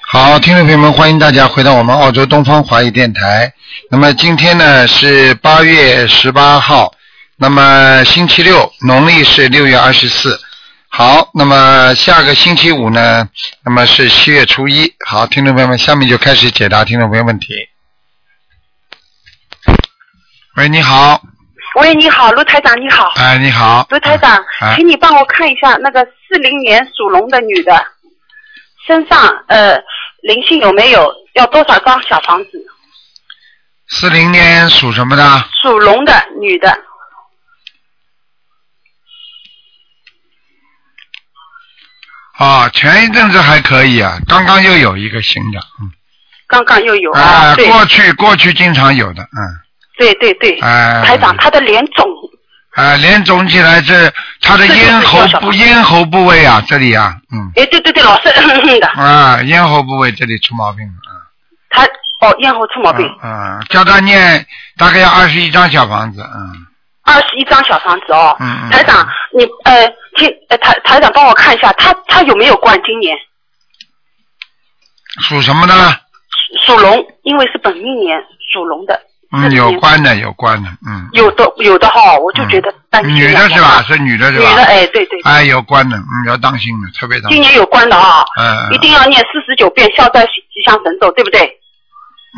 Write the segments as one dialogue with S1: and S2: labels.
S1: 好，听众朋友们，欢迎大家回到我们澳洲东方华语电台。那么今天呢是八月十八号，那么星期六，农历是六月二十四。好，那么下个星期五呢，那么是七月初一。好，听众朋友们，下面就开始解答听众朋友问题。喂，你好，
S2: 喂，你好，卢台长，你好，
S1: 哎，你好，
S2: 卢台长，
S1: 哎
S2: 请你帮我看一下那个四零年属龙的女的身上呃灵性有没有？要多少张小房子？
S1: 四零年属什么的？
S2: 属龙的女的，
S1: 哦，前一阵子还可以啊，刚刚又有一个新的，嗯。
S2: 刚刚又有
S1: 啊、
S2: 对
S1: 过去过去经常有的，嗯，
S2: 对对对，
S1: 哎、
S2: 台长，她的脸肿，
S1: 啊，脸肿起来这他的
S2: 这个
S1: 咽
S2: 是
S1: 喉
S2: 多少
S1: 部咽喉部位啊，这里啊，嗯，
S2: 哎，对对对， 老是咳咳的，
S1: 啊，咽喉部位这里出毛病了，
S2: 她哦咽喉出毛病
S1: 嗯，嗯，叫他念大概要二十一张小房子，嗯，
S2: 二十一张小房子哦，
S1: 嗯嗯
S2: 台长，你呃，请呃台台长帮我看一下，她她有没有冠今年
S1: 属什么的？嗯
S2: 属龙，因为是本命年属龙的。
S1: 嗯，有关的，有关的，嗯，
S2: 有的有的哈，我就觉得担心、
S1: 女的是吧？？是女的
S2: 啊女
S1: 是吧？
S2: 的，哎，对对，
S1: 哎，有关的，嗯，要当心的，特别当心，
S2: 今年有关的啊，
S1: 嗯
S2: 一定要念四十九遍消灾吉祥神咒，对不对？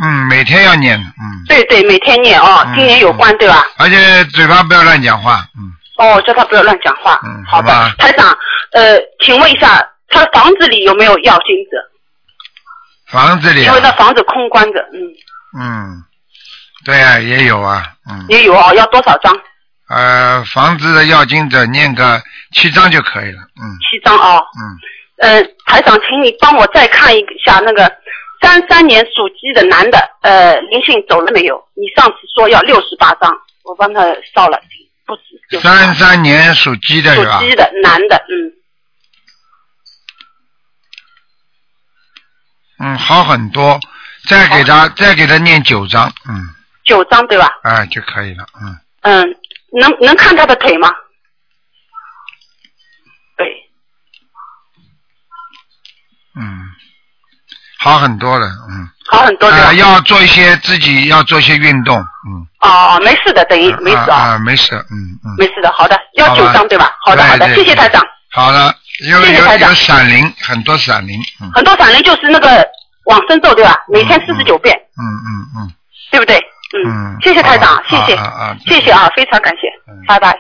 S1: 嗯，每天要念的，嗯，
S2: 对对，每天念啊
S1: 嗯，
S2: 今年有关对吧？
S1: 而且嘴巴不要乱讲话，嗯。
S2: 哦，叫他不要乱讲话。
S1: 嗯
S2: 好的
S1: 好吧，
S2: 台长，呃，请问一下，他房子里有没有要金子？
S1: 房子里、
S2: 因
S1: 啊
S2: 为，那房子空关着，嗯，
S1: 嗯，对啊，也有啊，嗯，
S2: 也有啊，要多少张？
S1: 呃，房子的要经者念个七章就可以了，嗯
S2: 七张啊。
S1: 嗯，
S2: 呃，台长，请你帮我再看一下那个三三年属鸡的男的，呃，灵性走了没有？你上次说要六十八张，我帮他烧了，不止六十
S1: 三三年属鸡的
S2: 属
S1: 是吧？
S2: 鸡的男的，嗯，
S1: 嗯，好很多，再给他再给他念九章，嗯，
S2: 九张对吧？
S1: 哎就可以了，嗯，
S2: 嗯，能能看他的腿吗？对，
S1: 嗯，好很多了，嗯，
S2: 好很多对吧
S1: 啊，？要做一些自己要做一些运动，嗯，
S2: 哦哦，没事的，等于没事
S1: 啊
S2: 啊，
S1: 啊，没事，嗯嗯，
S2: 没事的，好的，要
S1: 好吧
S2: 九张对吧？好的
S1: 对
S2: 好的，
S1: 对
S2: 谢谢台长。
S1: 好了，有
S2: 谢谢
S1: 有
S2: 台长
S1: 有闪灵，很多闪灵，嗯
S2: 很多散人就是那个往生咒对吧？每天四十九遍，
S1: 嗯嗯嗯。
S2: 对不对？
S1: 嗯
S2: 嗯，谢谢台
S1: 好
S2: 长，谢谢
S1: 啊啊啊，
S2: 谢谢啊，非常感谢
S1: 嗯，
S2: 拜拜。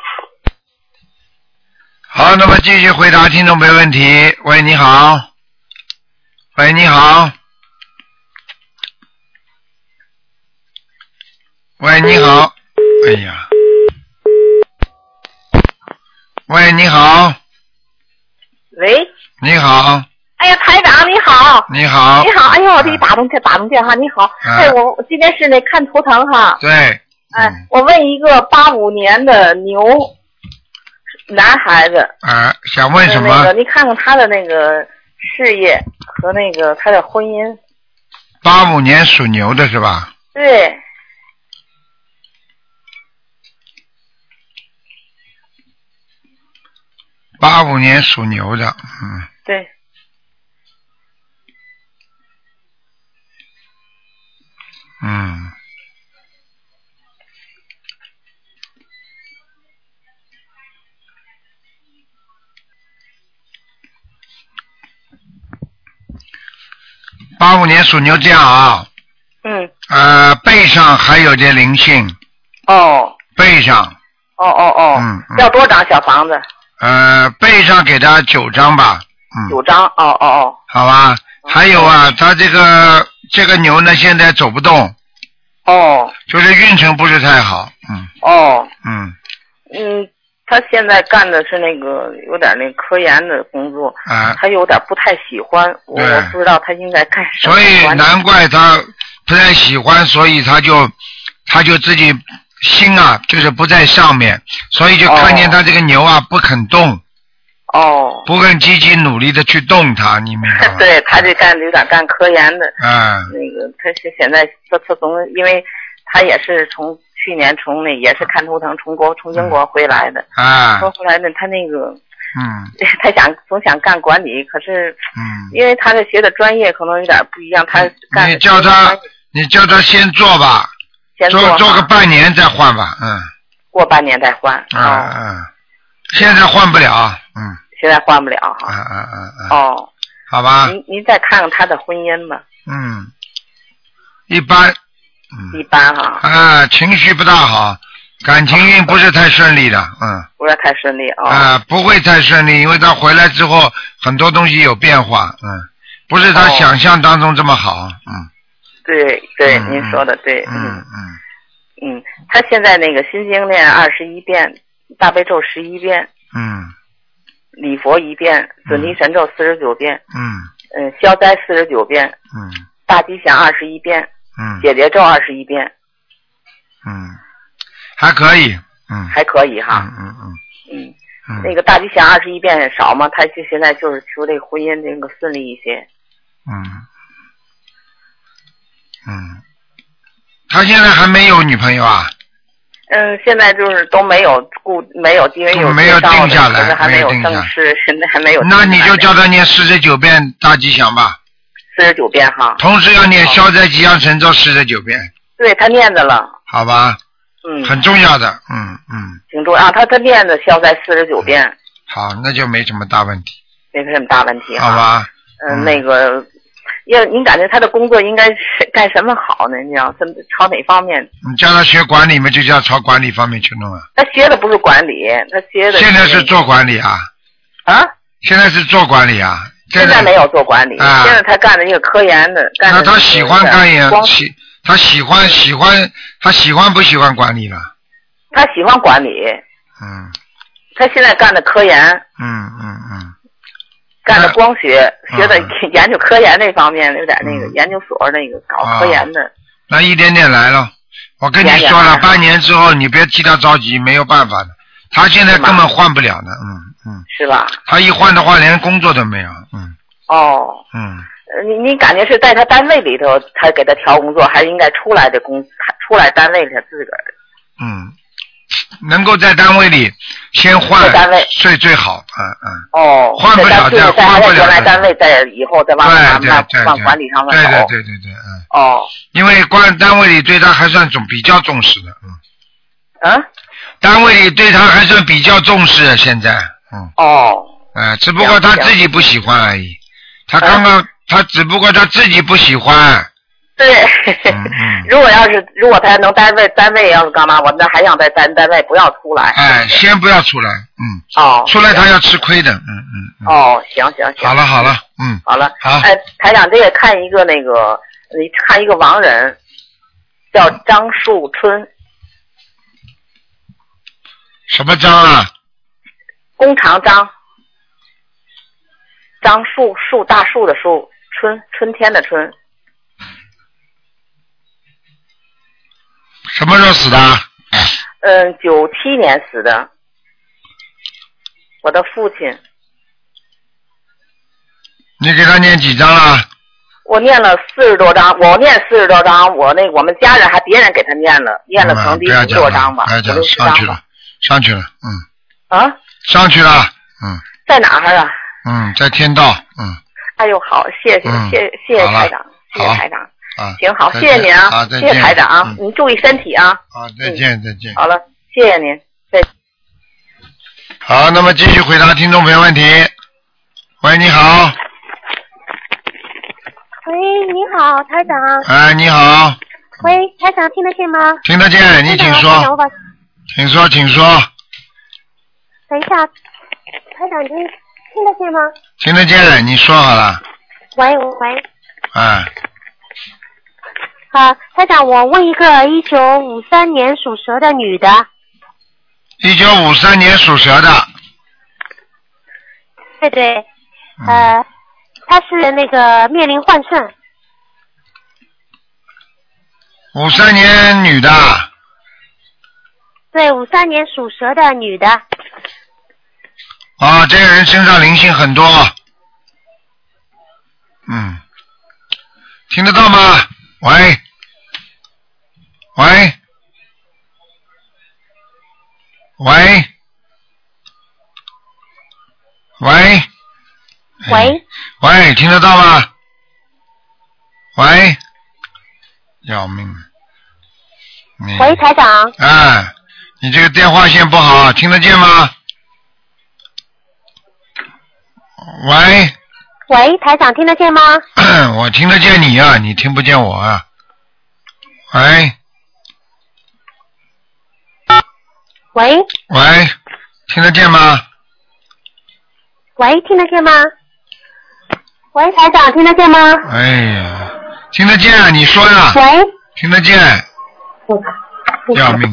S1: 好，那么继续回答听众朋友问题。喂，你好。喂，你好。喂，你好。哎呀。喂，你好。
S3: 喂，
S1: 你好，
S3: 哎呀，台长你好，
S1: 你好
S3: 你。好，哎呦，我这一打通电打通电话，你好，
S1: 嗯
S3: 哎，我我今天是那看图腾哈，
S1: 对，
S3: 哎，
S1: 嗯
S3: 我问一个八五年的牛男孩子，
S1: 啊、想问什
S3: 那
S1: 么
S3: 个？你看看他的那个事业和那个他的婚姻，
S1: 八五年属牛的是吧？
S3: 对，
S1: 嗯八五年属牛的，嗯。
S3: 对，
S1: 嗯，八五年属牛这样啊，
S3: 嗯，
S1: 呃，背上还有点灵性，
S3: 哦，
S1: 背上，
S3: 哦哦哦，
S1: 嗯嗯
S3: 要多张小房子，
S1: 呃，背上给他九张吧，嗯，
S3: 九张，哦哦哦，
S1: 好吧。还有啊，他这个这个牛呢，现在走不动，
S3: 哦
S1: 就是运程不是太好，嗯
S3: 哦，
S1: 嗯
S3: 嗯，他现在干的是那个有点那科研的工作，
S1: 啊、
S3: 他有点不太喜欢，我
S1: 对
S3: 我不知道他应该干什么。
S1: 所以
S3: 完
S1: 难怪他不太喜欢，所以他就他就自己心啊，就是不在上面，所以就看见他这个牛啊不肯动，
S3: 哦，
S1: 不肯积极努力的去动它，你明 白吗？
S3: 对，他这干有点干科研的，
S1: 嗯，
S3: 那个他是现在他他从因为他也是从去年从那也是看图腾从国从英国回来的，
S1: 嗯啊
S3: 说回来呢他那个
S1: 嗯
S3: 他想总想干管理，可是
S1: 嗯，
S3: 因为他的学的专业可能有点不一样，他干
S1: 你叫他你叫他先做吧，
S3: 先
S1: 做
S3: 做
S1: 做个
S3: 嘛
S1: 半年再换吧，嗯
S3: 过半年再换
S1: 啊
S3: 哦
S1: 啊，现在换不了，嗯
S3: 现在换不了
S1: 啊
S3: 哈。
S1: 啊啊啊，
S3: 哦，
S1: 好吧，
S3: 您您再看看他的婚姻吧，
S1: 嗯，一般，嗯
S3: 一般哈，
S1: 啊，情绪不大好，感情运不是太顺利的，嗯。
S3: 不是太顺利哦。
S1: 啊、不会太顺利，因为他回来之后很多东西有变化，嗯，不是他
S3: 哦
S1: 想象当中这么好，嗯
S3: 对对，
S1: 嗯
S3: 您说的对，
S1: 嗯
S3: 嗯
S1: 嗯，
S3: 嗯，他现在那个心经念二十一遍，大悲咒十一遍，
S1: 嗯
S3: 礼佛一遍，准提神咒四十九遍，
S1: 嗯
S3: 嗯，消灾四十九遍，
S1: 嗯
S3: 大吉祥二十一遍，
S1: 嗯
S3: 解结咒二十一遍，
S1: 嗯，还可以，嗯
S3: 还可以哈
S1: 嗯，嗯嗯
S3: 嗯，
S1: 嗯，
S3: 那个大吉祥二十一遍少嘛，他就现在就是求这婚姻这个顺利一些，
S1: 嗯嗯，他现在还没有女朋友啊？
S3: 嗯，现在就是都没有固没有，因为有
S1: 没有
S3: 介绍的
S1: 定下来
S3: 可是还
S1: 没有
S3: 有
S1: 定下
S3: 正
S1: 来
S3: 式，现在还没有定下
S1: 那
S3: 来。
S1: 你就叫他念四十九遍大吉祥吧，
S3: 四十九遍哈，哦
S1: 同时要念消灾吉祥神咒四十九遍，
S3: 对他念着了，
S1: 好吧？
S3: 嗯，
S1: 很重要的，嗯嗯，
S3: 挺重要啊，他他念的消灾四十九遍，
S1: 好，那就没什么大问题。
S3: 没什么大问题
S1: 好
S3: 哈。
S1: 吧，嗯
S3: 嗯，那个，要您感觉他的工作应该是干什么好呢？你要怎么朝哪方面？
S1: 你叫他学管理嘛，就叫朝管理方面去弄啊。
S3: 他学的不是管理，他学的
S1: 现在是
S3: 那个
S1: 做管理啊，
S3: 啊，
S1: 现在是做管理啊。
S3: 现在没有做管理，
S1: 啊
S3: 现在他干的一个科研的，干
S1: 那
S3: 的那
S1: 他
S3: 个
S1: 喜欢干呀
S3: 光，
S1: 喜他喜欢喜欢他喜欢不喜欢管理了？
S3: 他喜欢管理，
S1: 嗯
S3: 他现在干的科研，
S1: 嗯嗯嗯
S3: 干的光学，
S1: 嗯
S3: 学的研究科研那方面，有点那个
S1: 嗯啊
S3: 研究所那个搞科研的，
S1: 那一点点来了。我跟你
S3: 一点
S1: 说
S3: 点
S1: 了，
S3: 来
S1: 半年之后你别替他着急，没有办法的。他现在
S3: 是吗
S1: 根本换不了的，嗯嗯，
S3: 是吧？
S1: 他一换的话连工作都没有，嗯
S3: 哦。
S1: 嗯。
S3: 呃你你感觉是在他单位里头，他给他调工作，还是应该出来的工，出来单位里他自个儿？
S1: 嗯，能够在单位里先换
S3: 在单位
S1: 最最好，嗯嗯，
S3: 哦，
S1: 换不了
S3: 在
S1: 再
S3: 单在
S1: 换
S3: 还
S1: 不
S3: 在
S1: 了
S3: 原来单位，在以后再往往
S1: 对对
S3: 往
S1: 对
S3: 往
S1: 对
S3: 管理上面
S1: 对
S3: 走。
S1: 对对对对，嗯，
S3: 哦，
S1: 因为关单位里对他还算重比较重视的，嗯，
S3: 嗯，
S1: 单位里对他还算比较重视，现在，嗯，
S3: 哦，
S1: 哎、只不过他自己不喜欢而已，他刚刚、
S3: 啊
S1: 他只不过他自己不喜欢，
S3: 对。
S1: 嗯嗯，
S3: 如果要是如果他能单位单位要是干嘛，我那还想在咱单位不要出来。
S1: 哎，先不要出来，嗯，
S3: 哦，
S1: 出来他要吃亏的，嗯嗯嗯，
S3: 哦，行行行，
S1: 好了好了，嗯，
S3: 好了，
S1: 好
S3: 哎，台长，这个看一个那个，你看一个亡人，叫张树春，
S1: 什么章啊？
S3: 弓长张，张树树大树的树，春春天的春，
S1: 什么时候死的啊？
S3: 嗯，九七年死的，我的父亲，
S1: 你给他念几啊张了？
S3: 我念了四十多章，我念四十多章，我那我们家人还别人给他念了，念了
S1: 嗯
S3: 成
S1: 不
S3: 几
S1: 要
S3: 十
S1: 讲
S3: 多
S1: 了，
S3: 章吧，
S1: 不要
S3: 五
S1: 讲
S3: 六
S1: 了，
S3: 十
S1: 上
S3: 章
S1: 去
S3: 吧
S1: 了，上去了，嗯，
S3: 啊，
S1: 上去了，嗯
S3: 在哪儿啊？
S1: 嗯，在天道，嗯
S3: 哎呦，好，谢谢，
S1: 嗯
S3: 谢谢谢谢
S1: 好了
S3: 台长，谢谢
S1: 好
S3: 台长。
S1: 啊，
S3: 行，好，
S1: 再
S3: 谢谢
S1: 见
S3: 您
S1: 好
S3: 啊，
S1: 再
S3: 谢谢
S1: 见
S3: 台长啊，
S1: 嗯
S3: 您注意身体啊。
S1: 好，再见再见。
S3: 好了，谢谢您，再见。
S1: 好，那么继续回答听众朋友问题。喂，你好，
S4: 喂，你好，台长。
S1: 哎，你好，
S4: 喂，台长，听得见吗？
S1: 听得见，你请
S4: 台长台长我
S1: 说，
S4: 把
S1: 请说，请说，
S4: 等一下，台长，听听得见吗？
S1: 听得见，你说好了，
S4: 喂喂，
S1: 哎，
S4: 啊，台长，我问一个一九五三年属蛇的女的，
S1: 一九五三年属蛇的，
S4: 对对，
S1: 嗯，
S4: 呃，她是那个面临患肾，
S1: 五三年女的，啊
S4: 对，五三年属蛇的女的，
S1: 啊，这个人身上灵性很多。嗯，听得到吗？喂，喂，喂，哎
S4: 喂，
S1: 喂，听得到吗？喂，要命！你
S4: 喂，台长，
S1: 哎，你这个电话线不好，啊听得见吗？喂，
S4: 喂，台长，听得见吗？
S1: 我听得见你啊，你听不见我啊。喂
S4: 喂，
S1: 喂，听得见吗？
S4: 喂，听得见吗？喂，台长，听得见吗？
S1: 哎呀，听得见，啊你说呀，
S4: 喂，
S1: 听得见，
S2: 哦
S4: 我
S1: 要命，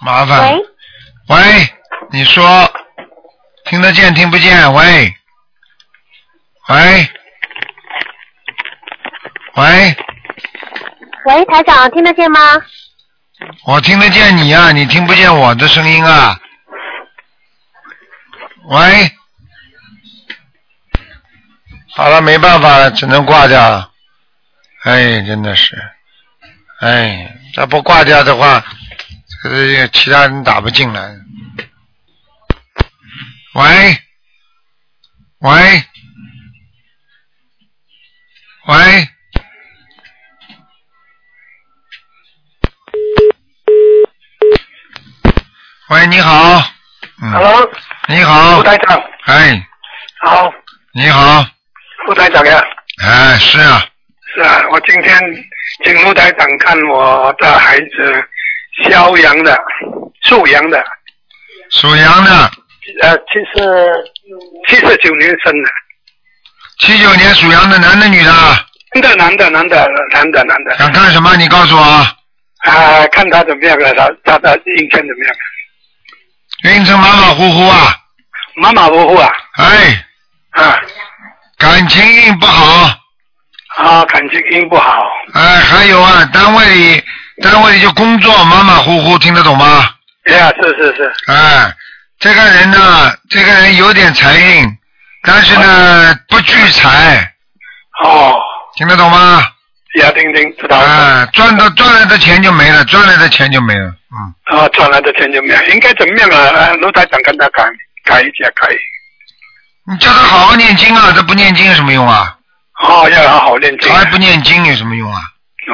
S1: 麻烦。
S4: 喂，
S1: 喂，你说，听得见听不见？喂，喂，喂，
S4: 喂，台长，听得见吗？
S1: 我听得见你啊，你听不见我的声音啊？喂，好了，没办法了，只能挂掉了。哎，真的是，哎，他不挂掉的话，这个其他人打不进来。喂，喂，喂，喂，你好，嗯
S5: Hello，
S1: 你好
S5: 吴，台长，
S1: 哎，
S5: 好，
S1: 你好，
S5: 吴台长呀，
S1: 哎，是啊，
S5: 是啊，我今天请陆台长看我的孩子肖阳的，属羊的，
S1: 属羊的，
S5: 呃，七十七十九年生的，
S1: 七九年哎属羊的，男的女的，
S5: 男的男的男的男的男的，
S1: 想看什么？你告诉我啊，
S5: 啊，看他怎么样了，他他的印象怎么样？
S1: 运程马马虎虎啊，
S5: 马马虎虎啊，
S1: 哎，
S5: 啊
S1: 感情运不好，
S5: 啊，感情运不好，
S1: 哎，还有啊，单位里单位里就工作马马虎虎，听得懂吗？
S5: 呀、是是是，
S1: 哎，这个人呢，这个人有点财运，但是呢不聚财，
S5: 哦，
S1: 听得懂吗？
S5: 呀，听听知道了。
S1: 哎，赚到赚来的钱就没了，赚来的钱就没了，嗯。
S5: 啊，赚来的钱就没有，应该怎么样啊？啊卢台长跟他改改一下，改。
S1: 你叫他好好念经啊，他不念经有什么用啊？
S5: 哦，要好好练经
S1: 他。还不念经有什么用啊？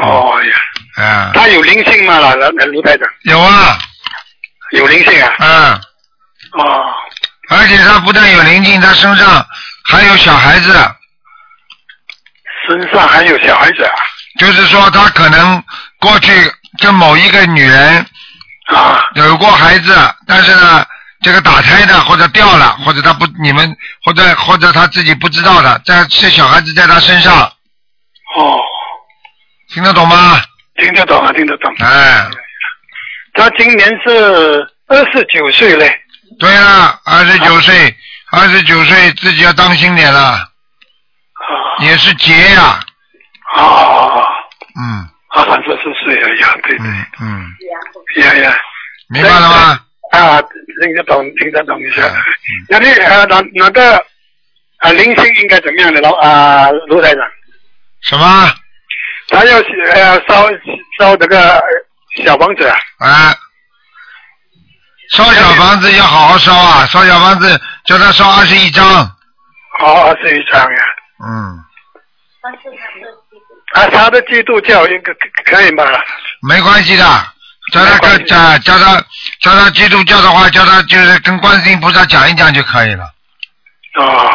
S5: 哦呀，
S1: 啊，
S5: 他有灵性吗？啦，那卢台长
S1: 有啊，
S5: 有灵性啊？
S1: 啊，
S5: 哦，
S1: 而且他不但有灵性，他身上还有小孩子，
S5: 身上还有小孩子啊？
S1: 就是说他可能过去跟某一个女人
S5: 啊，
S1: 有过孩子，但是呢，这个打胎的或者掉了，或者他不你们或者或者他自己不知道的，在这小孩子在他身上，
S5: 哦，
S1: 听得懂吗？
S5: 听得懂啊，听得懂。
S1: 哎，
S5: 他今年是二十九岁嘞。
S1: 对了，二十九岁，二十九岁自己要当心点了，
S5: 啊
S1: 也是劫呀、
S5: 啊，
S1: 嗯
S5: 二三十四岁了呀，对
S1: 嗯嗯，
S5: 对，呀呀，
S1: 明白了吗？
S5: 啊，听得懂，听得懂一下
S1: 嗯。嗯
S5: 那你呃，哪哪个啊灵性应该怎么样的？老啊，卢台长，
S1: 什么？
S5: 他要呃烧烧这个小房子啊。
S1: 啊，烧小房子要好好烧啊！烧小房子叫他烧二十一张。
S5: 哦，二十一张呀。
S1: 嗯，
S5: 啊，他的基督教应该可可以吗？
S1: 没关系的，叫他
S5: 没关
S1: 跟
S5: 系
S1: 啊，叫他叫他基督教的话，叫他就是跟观世音菩萨讲一讲就可以了，
S5: 哦，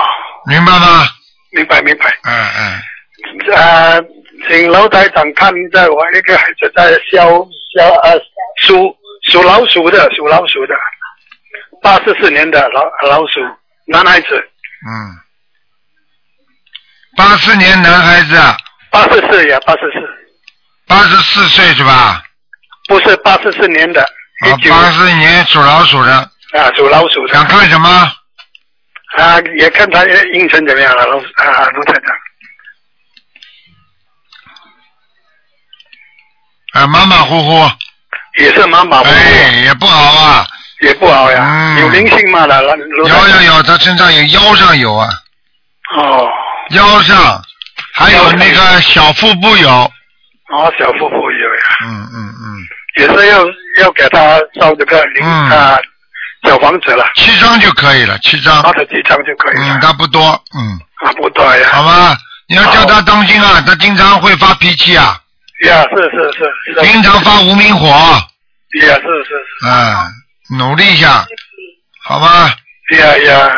S1: 明白吗？
S5: 明白明白。
S1: 嗯嗯，
S5: 啊，请楼台长看一下我一个孩子在消消呃属属老鼠的属老鼠的，八十四年的老老鼠男孩子，
S1: 嗯。八四年男孩子，啊
S5: 八十四呀八十四，
S1: 八十四岁是吧？
S5: 不是八十四年的，
S1: 啊
S5: 一，九
S1: 八四年属老鼠的，
S5: 啊属老鼠的
S1: 想看什么？
S5: 啊，也看他运程怎么样了，楼啊楼台长
S1: 啊，马马虎虎，
S5: 也是马马虎虎
S1: 哎，也不好啊。
S5: 也不好呀，
S1: 嗯
S5: 有灵性嘛了，楼
S1: 有
S5: 台长
S1: 有有，他身上有腰上有啊，
S5: 哦。
S1: 腰上还有那个小腹部有，
S5: 哦，小腹部有呀，
S1: 嗯嗯嗯，
S5: 也是要要给他烧这个灵、
S1: 嗯
S5: 啊，小房子了，
S1: 七张就可以了，七张
S5: 他。的几张就可以
S1: 嗯，
S5: 了，
S1: 他不多，嗯，
S5: 啊，不多呀。
S1: 好吧。你要叫他当心啊，他经常会发脾气啊，
S5: 呀，是是是是，
S1: 经常发无名火，
S5: 呀，是是
S1: 嗯，努力一下，好吧？
S5: 是，呀呀，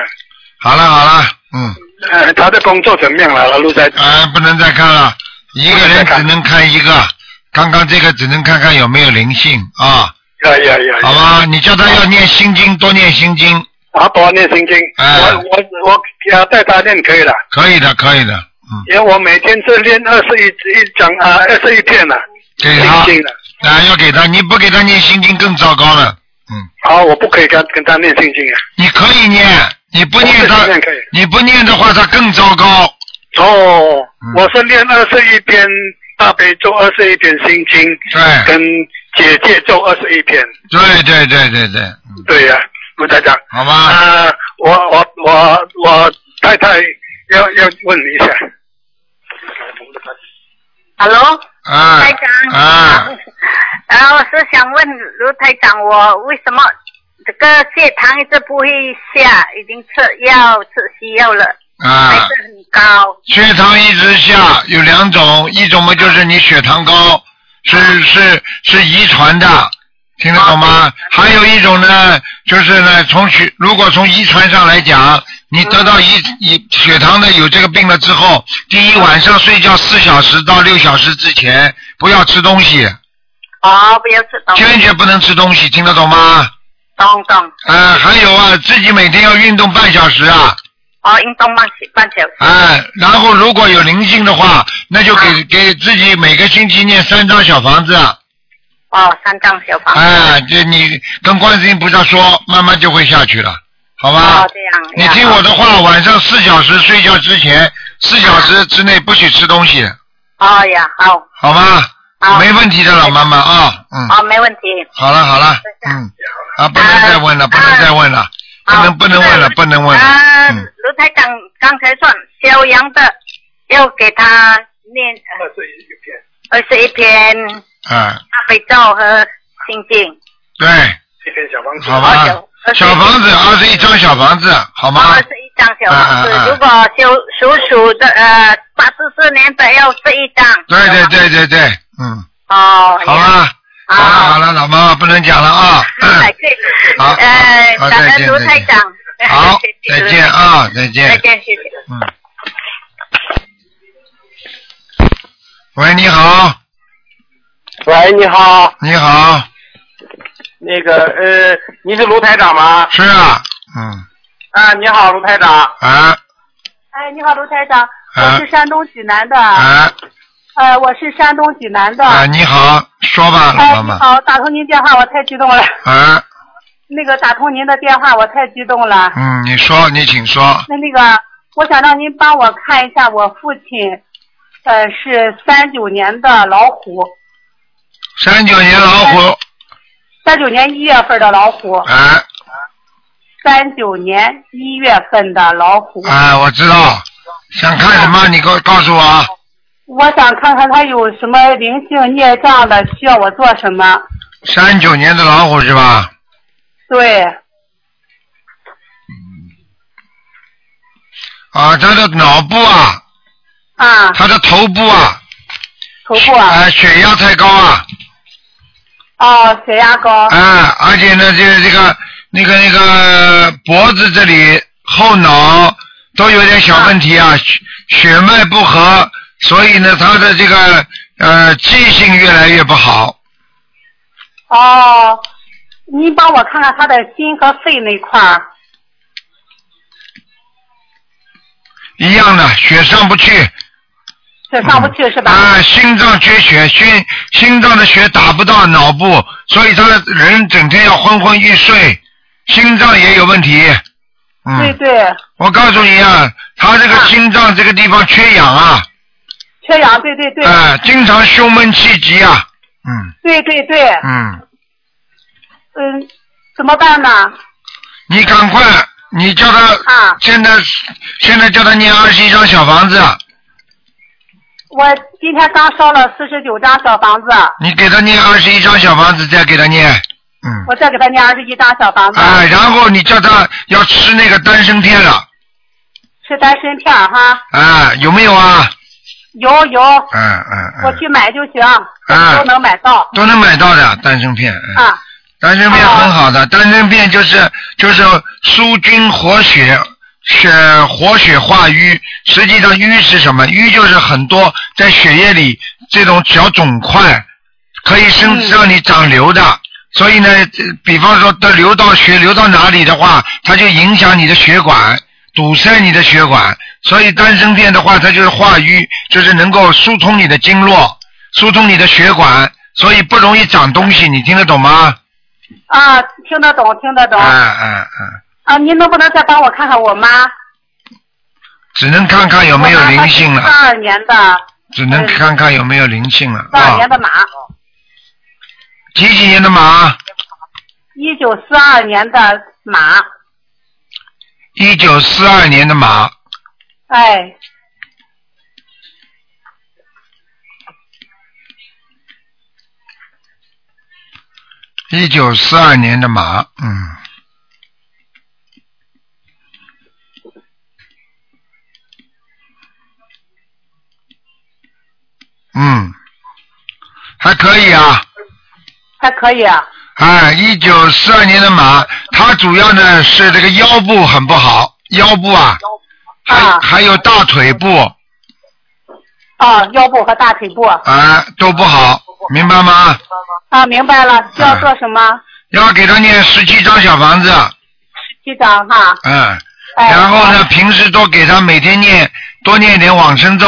S1: 好了好了，嗯，
S5: 呃，他的工作怎么样了，陆在？
S1: 哎，不能再看了，一个人只能看一个，刚刚这个只能看看有没有灵性啊，
S5: 呀呀呀，
S1: 好吧？你叫他要念心经，多念心经，
S5: 阿婆念心经，
S1: 哎
S5: 我我我给他带他念可以了，
S1: 可以的可以的，嗯，
S5: 因为我每天是练二十一一章啊，二十一片了，
S1: 给他
S5: 心，经了。
S1: 啊，要给他，你不给他念心经更糟糕了，嗯。
S5: 啊，我不可以跟跟他念心经啊。
S1: 你可以念，你不念
S5: 我
S1: 他
S5: 可以念可以，
S1: 你不念的话，他更糟糕。
S5: 哦，
S1: 嗯
S5: 我是练二十一篇大悲咒，二十一篇心经，
S1: 对，
S5: 跟姐姐咒二十一篇。
S1: 对对对对对，嗯
S5: 对呀、卢台长。
S1: 好吧。
S5: 啊、我我我我太太要要问你一下。
S6: Hello，
S1: 啊
S6: 台长
S1: 啊，
S6: 然后是想问卢台长，我为什么这个血糖一直不会下？已经吃药吃西药了，还
S5: 哎
S1: 啊！
S6: 是很高。
S1: 血糖一直下有两种，一种嘛就是你血糖高，是是是遗传的，听得懂
S6: 啊
S1: 吗？还有一种呢，就是呢从血如果从遗传上来讲，你得到遗
S6: 嗯
S1: 遗血糖的有这个病了之后，第一晚上睡觉四小时到六小时之前不要吃东西。
S6: 哦，不要吃东西，
S1: 坚决不能吃东西，听得懂吗？
S6: 懂懂。
S1: 呃，还有啊，自己每天要运动半小时啊，
S6: 哦，运动半小半小时。
S1: 哎、然后如果有灵性的话，那就
S6: 啊
S1: 给给自己每个星期念三张小房子，啊
S6: 哦，三张小房。
S1: 哎、这你跟观世音菩萨说，慢慢就会下去了，好吧？
S6: 哦，这样。
S1: 你听我的话，晚上四小时睡觉之前，四小时之内不许吃东西，
S6: 哦呀，好，
S1: 好吗？
S6: 好
S1: 没问题的，老妈妈啊，嗯，
S6: 哦，没问题。
S1: 好了好了，嗯，啊，不能再问了，不能再问了，不
S6: 啊
S1: 能不能问了，不能问了，
S6: 啊，
S1: 嗯。
S6: 卢台长刚才说肖阳的要给他念
S5: 二
S7: 呃
S5: 十
S6: 二十
S5: 一篇。
S6: 一篇
S1: 啊，
S6: 大悲咒和心经，
S1: 对，
S5: 一篇小房子。
S1: 好吧
S6: 二九二，啊十一啊
S1: 小房子二十一张小房子，好
S6: 二
S1: 吗？
S6: 十哦一张小房子。
S1: 啊啊啊
S6: 如果修属鼠的呃八十四年的要这一张。
S1: 对对。对对对，
S6: 哎
S1: 嗯，
S6: 哦，
S1: 好啦，好了好
S6: 了。
S1: 了，老妈妈不能讲了啊，
S6: 哎再见。
S1: 好好
S6: 呃，
S1: 好
S6: 感
S1: 再
S6: 恩
S1: 见
S6: 卢
S1: 再
S6: 台
S1: 见
S6: 长。
S1: 好，
S6: 哎谢谢
S1: 再
S6: 卢
S1: 见
S6: 台长。
S1: 啊，再见，
S6: 再见，谢谢。
S1: 嗯。喂，你好，
S8: 喂，你好，
S1: 你好，
S8: 那个呃，你是卢台长吗？
S1: 是啊，嗯，
S8: 啊，你好，卢台长。
S1: 啊
S2: 哎，你好，卢台长，我
S1: 啊
S2: 是山东济南的。
S1: 啊
S2: 呃，我是山东济南的。
S1: 啊，你好，说吧，
S2: 哎，
S1: 老妈妈，
S2: 你好，打通您电话，我太激动了。
S1: 啊，
S2: 那个打通您的电话，我太激动了。
S1: 嗯，你说，你请说，
S2: 那那个，我想让您帮我看一下，我父亲，呃，是三九年的老虎，
S1: 三九年老虎，
S2: 三九年一月份的老虎，
S1: 啊
S2: 三九年一月份的老虎。
S1: 啊，我知道，想看什么？你给我告诉我啊。
S2: 我想看看他有什么灵性孽障的，需要我做什么？
S1: 三九年的老虎是吧？
S2: 对，
S1: 啊，他的脑部啊，
S2: 啊，
S1: 他的头部啊，
S2: 头部啊，
S1: 啊，血压太高啊，
S2: 哦，血压高。
S1: 啊，而且呢，这这个那个那个脖子这里、后脑都有点小问题啊，血血脉不和，所以呢，他的这个呃记性越来越不好。
S2: 哦，您帮我看看他的心和肺那块儿。
S1: 一样的，血上不去
S2: 这上不去是吧？
S1: 啊，心脏缺血，心心脏的血打不到脑部，所以他的人整天要昏昏欲睡，心脏也有问题。嗯，
S2: 对对，
S1: 我告诉你啊，他这个心脏这个地方缺氧啊，
S2: 缺氧，对对对，
S1: 哎、经常胸闷气急啊，嗯
S2: 对对对，
S1: 嗯，
S2: 嗯，怎么办呢？
S1: 你赶快，你叫他，
S2: 啊
S1: 现在现在叫他念二十一张小房子，
S2: 我今天刚烧了四十九张小房子，
S1: 你给他念二十一张小房子，再给他念，嗯
S2: 我再给他念二十一张小房子。
S1: 啊，然后你叫他要吃那个丹参片了
S2: 吃丹参片儿哈，
S1: 啊，有没有啊？
S2: 有有，
S1: 嗯嗯
S2: 我
S1: 嗯，
S2: 去买就行，
S1: 啊
S2: 都能买到。
S1: 都能买到的丹参片。嗯
S2: 啊，
S1: 丹参片很好的，丹参片就是就是舒筋活血，血活血化瘀。实际上瘀是什么？瘀就是很多在血液里这种小肿块，可以生让你长瘤的。所以呢，这比方说它流到血流到哪里的话，它就影响你的血管，堵塞你的血管。所以丹参片的话，它就是化瘀，就是能够疏通你的经络，疏通你的血管，所以不容易长东西。你听得懂吗？
S2: 啊，听得懂，听得懂。
S1: 嗯嗯嗯，
S2: 啊，您能不能再帮我看看我妈？
S1: 只能看看有没有灵性了，
S2: 三二年的，
S1: 只能看看有没有灵性了
S2: 三二
S1: 啊
S2: 年。的马，
S1: 几几年的马？
S2: 一九四二年的马，
S1: 一九四二年的马，
S2: 哎，
S1: 一九四二年的马，嗯。嗯，还可以啊。
S2: 还可以啊。
S1: 啊，一九四二年的马，它主要呢是这个腰部很不好，腰部啊，还、还有大腿部
S2: 啊，腰部和大腿部。
S1: 啊都不好，明白吗？
S2: 啊，明白了，需要做什么？
S1: 要给他念十七张小房子，
S2: 局长哈。
S1: 嗯，
S2: 哎
S1: 然后呢，平时多给他每天念多念一点往生咒，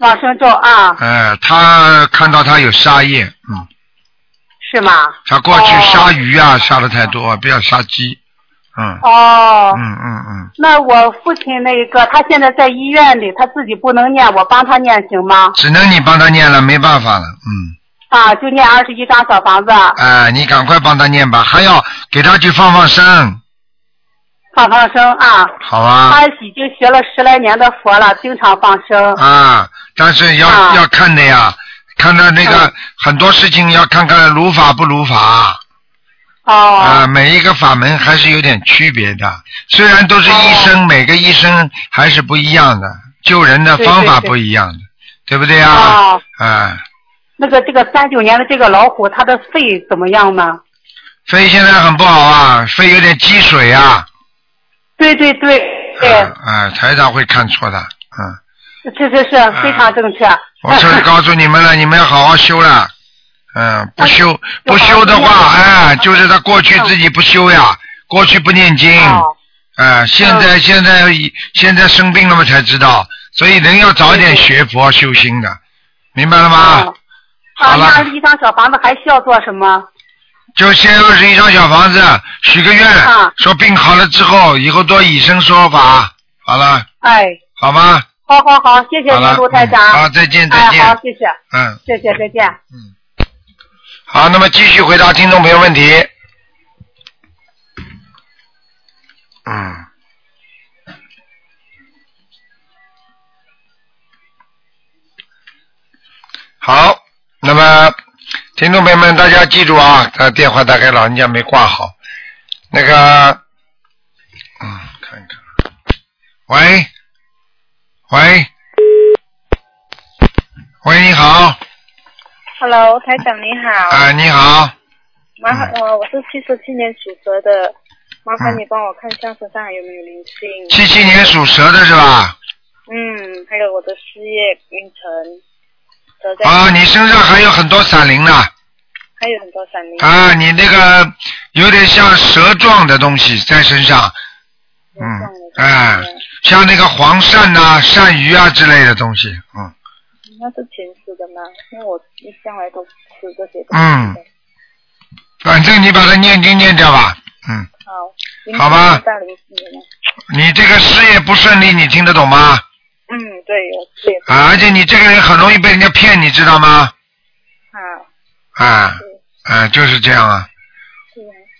S2: 往生咒啊，
S1: 呃，他看到他有杀业，嗯，
S2: 是吗？
S1: 他过去杀鱼啊，杀的太多，不要杀鸡，嗯，
S2: 哦。
S1: 嗯嗯嗯，
S2: 那我父亲那个，他现在在医院里，他自己不能念，我帮他念行吗？
S1: 只能你帮他念了，没办法了，嗯。
S2: 啊，就念二十一张小房子，
S1: 哎、你赶快帮他念吧，还要给他去放放生，
S2: 放放生啊。
S1: 好吧？
S2: 他已经学了十来年的佛了，经常放生。
S1: 啊，但是要、
S2: 啊
S1: 要看的呀，看他那个、很多事情要看看如法不如法。
S2: 哦。
S1: 啊，每一个法门还是有点区别的，虽然都是医
S2: 哦
S1: 生，每个医生还是不一样的，救人的
S2: 对
S1: 方法
S2: 对对
S1: 不一样的，对不对呀？
S2: 哦
S1: 啊，
S2: 那个这个三九年的这个老虎，它的肺怎么样呢？
S1: 肺现在很不好啊，肺有点积水啊，
S2: 对对对 对，
S1: 啊，台长会看错的，嗯。
S2: 是是是，非常正确。
S1: 我说告诉你们了，你们要好好修了。嗯，不修不修的话，哎，就是他过去自己不修呀，过去不念经，哎，现在现在现在生病了嘛才知道，所以人要早一点学佛修心的，明白了吗？
S2: 啊，
S1: 好了
S2: 那二十一张小房子还需要做什么？
S1: 就先二十一张小房子，许个愿
S2: 啊，
S1: 说病好了之后，以后多以身说法，好了，
S2: 哎，
S1: 好吗？
S2: 好好好，谢谢
S1: 好了
S2: 您，卢台长。
S1: 嗯好再见再见
S2: 哎，好，谢谢，
S1: 嗯，
S2: 谢谢，再见。
S1: 好，那么继续回答听众朋友问题。嗯。好，那么听众朋友们，大家记住啊，他电话大概老人家没挂好。那个，嗯，看一看。喂，喂，喂，你好，啊、
S9: Hello，台长你好。
S1: 你好，嗯
S9: 麻烦呃，我是七十七年属蛇的，麻烦你帮我看一下身上还有没有灵性。
S1: 七七年属蛇的是吧？
S9: 嗯，还有我的事业运程。蛇在
S1: 啊，你身上还有很多闪灵呢。
S9: 还有很多闪灵。
S1: 啊，你那个有点像蛇状的东西在身上，嗯，哎、像那个黄鳝呐、鳝鱼啊之类的东西，嗯
S9: 那是前世的吗？因为我一向来都吃这些东西。
S1: 嗯，反正你把它念经念掉吧，嗯，
S9: 好。
S1: 好吧
S9: 大灵性的吗？
S1: 你这个事业不顺利，你听得懂吗？
S9: 嗯，对，我是也
S1: 啊，而且你这个人很容易被人家骗，你知道吗？
S9: 啊，
S1: 啊啊，就是这样啊。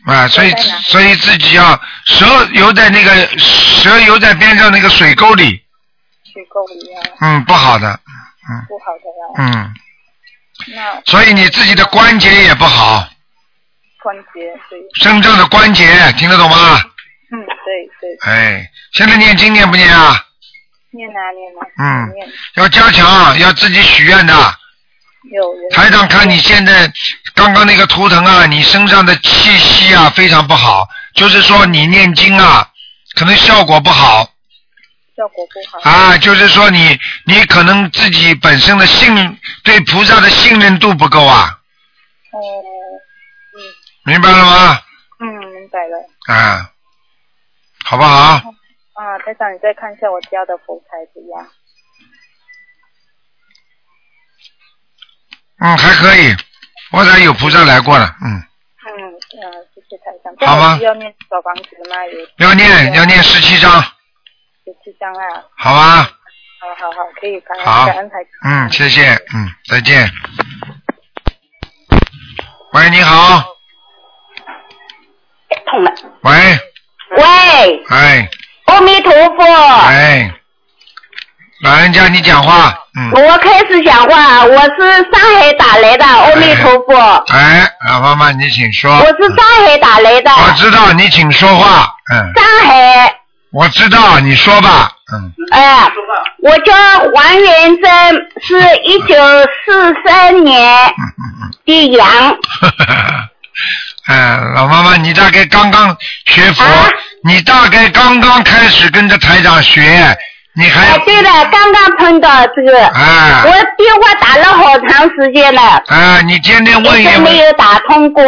S1: 啊，所以
S9: 在哪
S1: 所以自己要蛇游在那个蛇游在边上那个水沟里，
S9: 去购一样
S1: 嗯，不好的，
S9: 啊不好的呀。啊
S1: 嗯，
S9: 那
S1: 所以你自己的关节也不好，
S9: 关节，对。
S1: 身上的关节，听得懂吗？
S9: 嗯，对对。
S1: 哎，现在念经念不念啊？
S9: 念啊念啊。
S1: 嗯
S9: 念，
S1: 要加强，啊要自己许愿的。
S9: 有有。
S1: 台长看你现在刚刚那个图腾啊，你身上的气息啊非常不好，就是说你念经啊，可能效果不好
S9: 效果不好。
S1: 啊，就是说你你可能自己本身的信对菩萨的信任度不够啊，
S9: 哦，
S1: 明白了吗？
S9: 嗯，明白了。
S1: 啊，好不好？
S9: 啊，台长，你再看一下我家的佛台怎样？
S1: 嗯，还可以，我俩有菩萨来过了，嗯，
S9: 嗯，啊，谢谢台长。
S1: 好吗
S9: 这样需要念小房子吗？有
S1: 要念要念十七章，
S9: 十七张啊。
S1: 好吧？
S9: 好好好，可以，感恩
S1: 好
S9: 感恩台长。
S1: 嗯，谢谢，嗯，再见。喂，你好，
S10: 痛了。
S1: 喂，
S10: 喂，
S1: 哎，
S10: 阿弥陀佛，
S1: 哎，老人家你讲话，嗯，
S10: 我开始讲话，我是上海打来的，阿弥陀佛，
S1: 哎，老妈妈你请说，
S10: 我是上海打来的，
S1: 我知道你请说话，嗯，
S10: 上海，
S1: 我知道你说吧，嗯，
S10: 哎、我叫黄元珍，是一九四三年的羊，
S1: 哎，老妈妈你大概刚刚学佛，
S10: 啊
S1: 你大概刚刚开始跟着台长学，你还
S10: 哎，对了，刚刚碰到这个，
S1: 啊
S10: 我电话打了好长时间了。
S1: 啊，你今天问
S10: 一
S1: 也
S10: 直
S1: 问
S10: 没有打通过，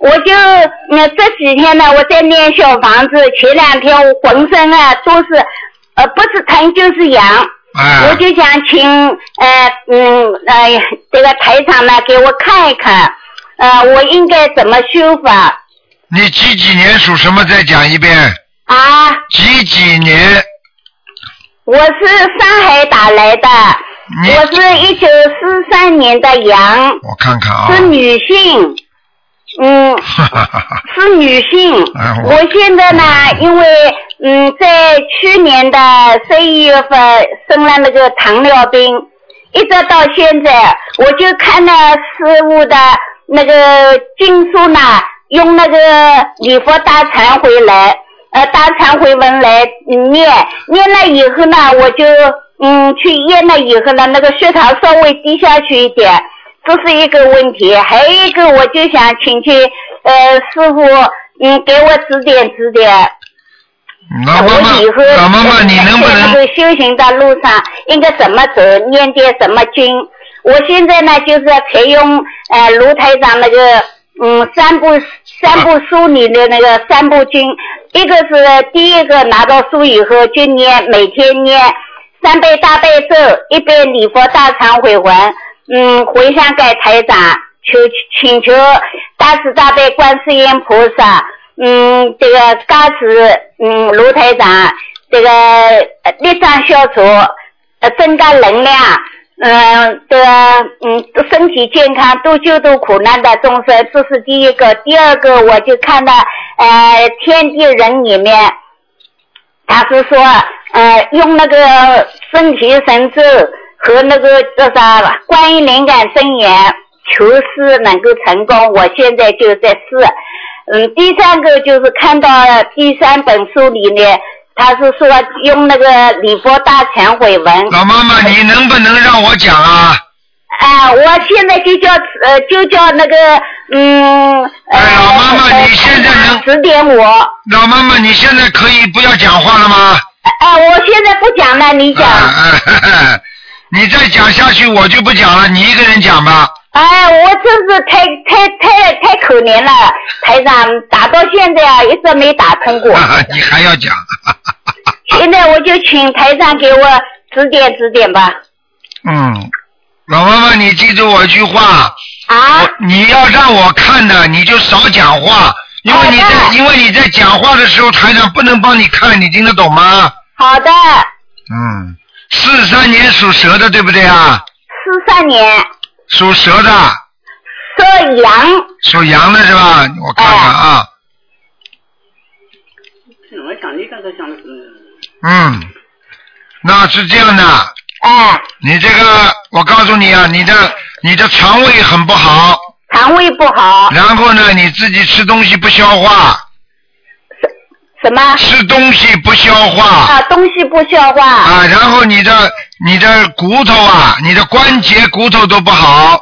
S10: 我就呃这几天呢，我在念小房子，前两天我浑身啊都是，呃不是疼就是痒，
S1: 啊
S10: 我就想请呃嗯哎、这个台长呢给我看一看，呃我应该怎么修法
S1: 你几几年属什么？再讲一遍。
S10: 啊？
S1: 几几年？
S10: 我是上海打来的，我是一九四三年的羊，
S1: 我看看啊。
S10: 是女性，嗯。
S1: 哈哈哈哈
S10: 是女性。
S1: 哎我
S10: 我现在呢，因为嗯，在去年的十一月份生了那个糖尿病，一直到现在，我就看了师傅的那个经书呢，用那个礼佛大忏悔来，呃，大忏悔文来念，念了以后呢，我就嗯去验了以后呢，那个血糖稍微低下去一点。这是一个问题，还有一个我就想请去呃师傅，嗯，给我指点指点。
S1: 老妈妈
S10: 我以后，
S1: 老妈妈，你能不
S10: 在
S1: 能
S10: 这个修行的路上应该怎么走，念点什么经？我现在呢，就是采用呃卢台长那个嗯三部三部书里的那个三部经，一个是第一个拿到书以后就念，每天念三倍大悲咒，一遍礼佛大忏悔文，嗯，回向给台长，求请求大慈大悲观世音菩萨，嗯，这个加持，嗯，卢台长，这个呃力障消除，呃，增加能量，嗯，这个嗯，身体健康，度救度苦难的众生，这是第一个。第二个，我就看到，呃，天地人里面，他是说，呃，用那个身体神咒和那个叫啥观音灵感真言求事能够成功。我现在就在试。嗯，第三个就是看到第三本书里面，他是说用那个礼佛大忏悔文。
S1: 老妈妈，你能不能让我讲啊？
S10: 啊、我现在就叫呃，就叫那个嗯。哎，老妈妈，你现在能指点我？
S1: 老妈妈，你现在可以不要讲话了吗？啊
S10: 哎，我现在不讲了，你讲。
S1: 你再讲下去，我就不讲了，你一个人讲吧。
S10: 哎，我真是太太太太可怜了，台长打到现在啊，一直没打通 过。
S1: 你还要讲？
S10: 现在我就请台长给我指点指点吧。
S1: 嗯，老妈妈，你记住我一句话。
S10: 啊。
S1: 你要让我看的，你就少讲话，因为你在，因为你在讲话的时候，台长不能帮你看，你听得懂吗？
S10: 好的，
S1: 嗯，四三年属蛇的，对不对啊？
S10: 四三年
S1: 属蛇的，
S10: 说羊，
S1: 属羊的是吧？我看看啊，
S11: 我想你刚才想的是，
S1: 嗯，那是这样的。
S10: 哎。
S1: 你这个，我告诉你啊，你的你的肠胃很不好。
S10: 肠胃不好，
S1: 然后呢，你自己吃东西不消化。
S10: 什么？
S1: 吃东西不消化。
S10: 啊，东西不消化。
S1: 啊，然后你的你的骨头啊，你的关节骨头都不好。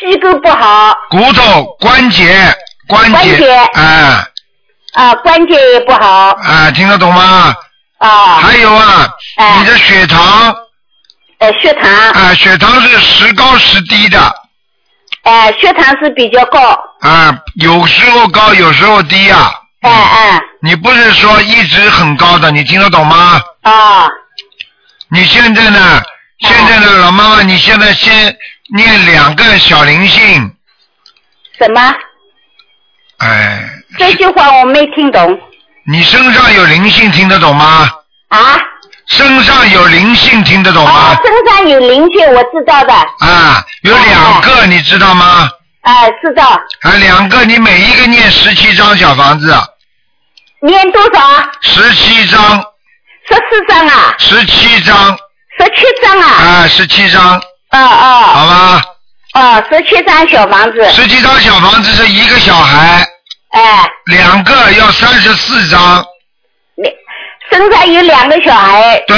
S10: 肌肉不好。
S1: 骨头、关节、关节，
S10: 关节
S1: 啊
S10: 啊，关节也不好。
S1: 啊，听得懂吗？
S10: 啊。
S1: 还有啊，你的血糖
S10: 呃，血糖，
S1: 啊，血糖是时高时低的，
S10: 呃，血糖是比较高。
S1: 啊，有时候高，有时候低啊。
S10: 哎哎。
S1: 你不是说一直很高的，你听得懂吗？
S10: 啊。
S1: 你现在呢？现在呢，老妈妈，你现在先念两个小灵性，
S10: 什么？
S1: 哎，
S10: 这句话我没听懂
S1: 你身上有灵性，听得懂吗？
S10: 啊。
S1: 身上有灵性，听得懂吗？
S10: 哦，身上有灵性，我知道的，哦
S1: 啊，有两个，你知道吗？
S10: 哎，知道。
S1: 啊，两个，你每一个念十七张小房子，啊
S10: 念多少？啊
S1: 十七张，
S10: 十四张啊，
S1: 十七张，
S10: 十七张啊，
S1: 啊，十七张，
S10: 哦哦
S1: 好吧？
S10: 哦，十七张小房子，
S1: 十七张小房子是一个小孩，
S10: 哎，
S1: 两个要三十四张，
S10: 身上有两个小孩，
S1: 对，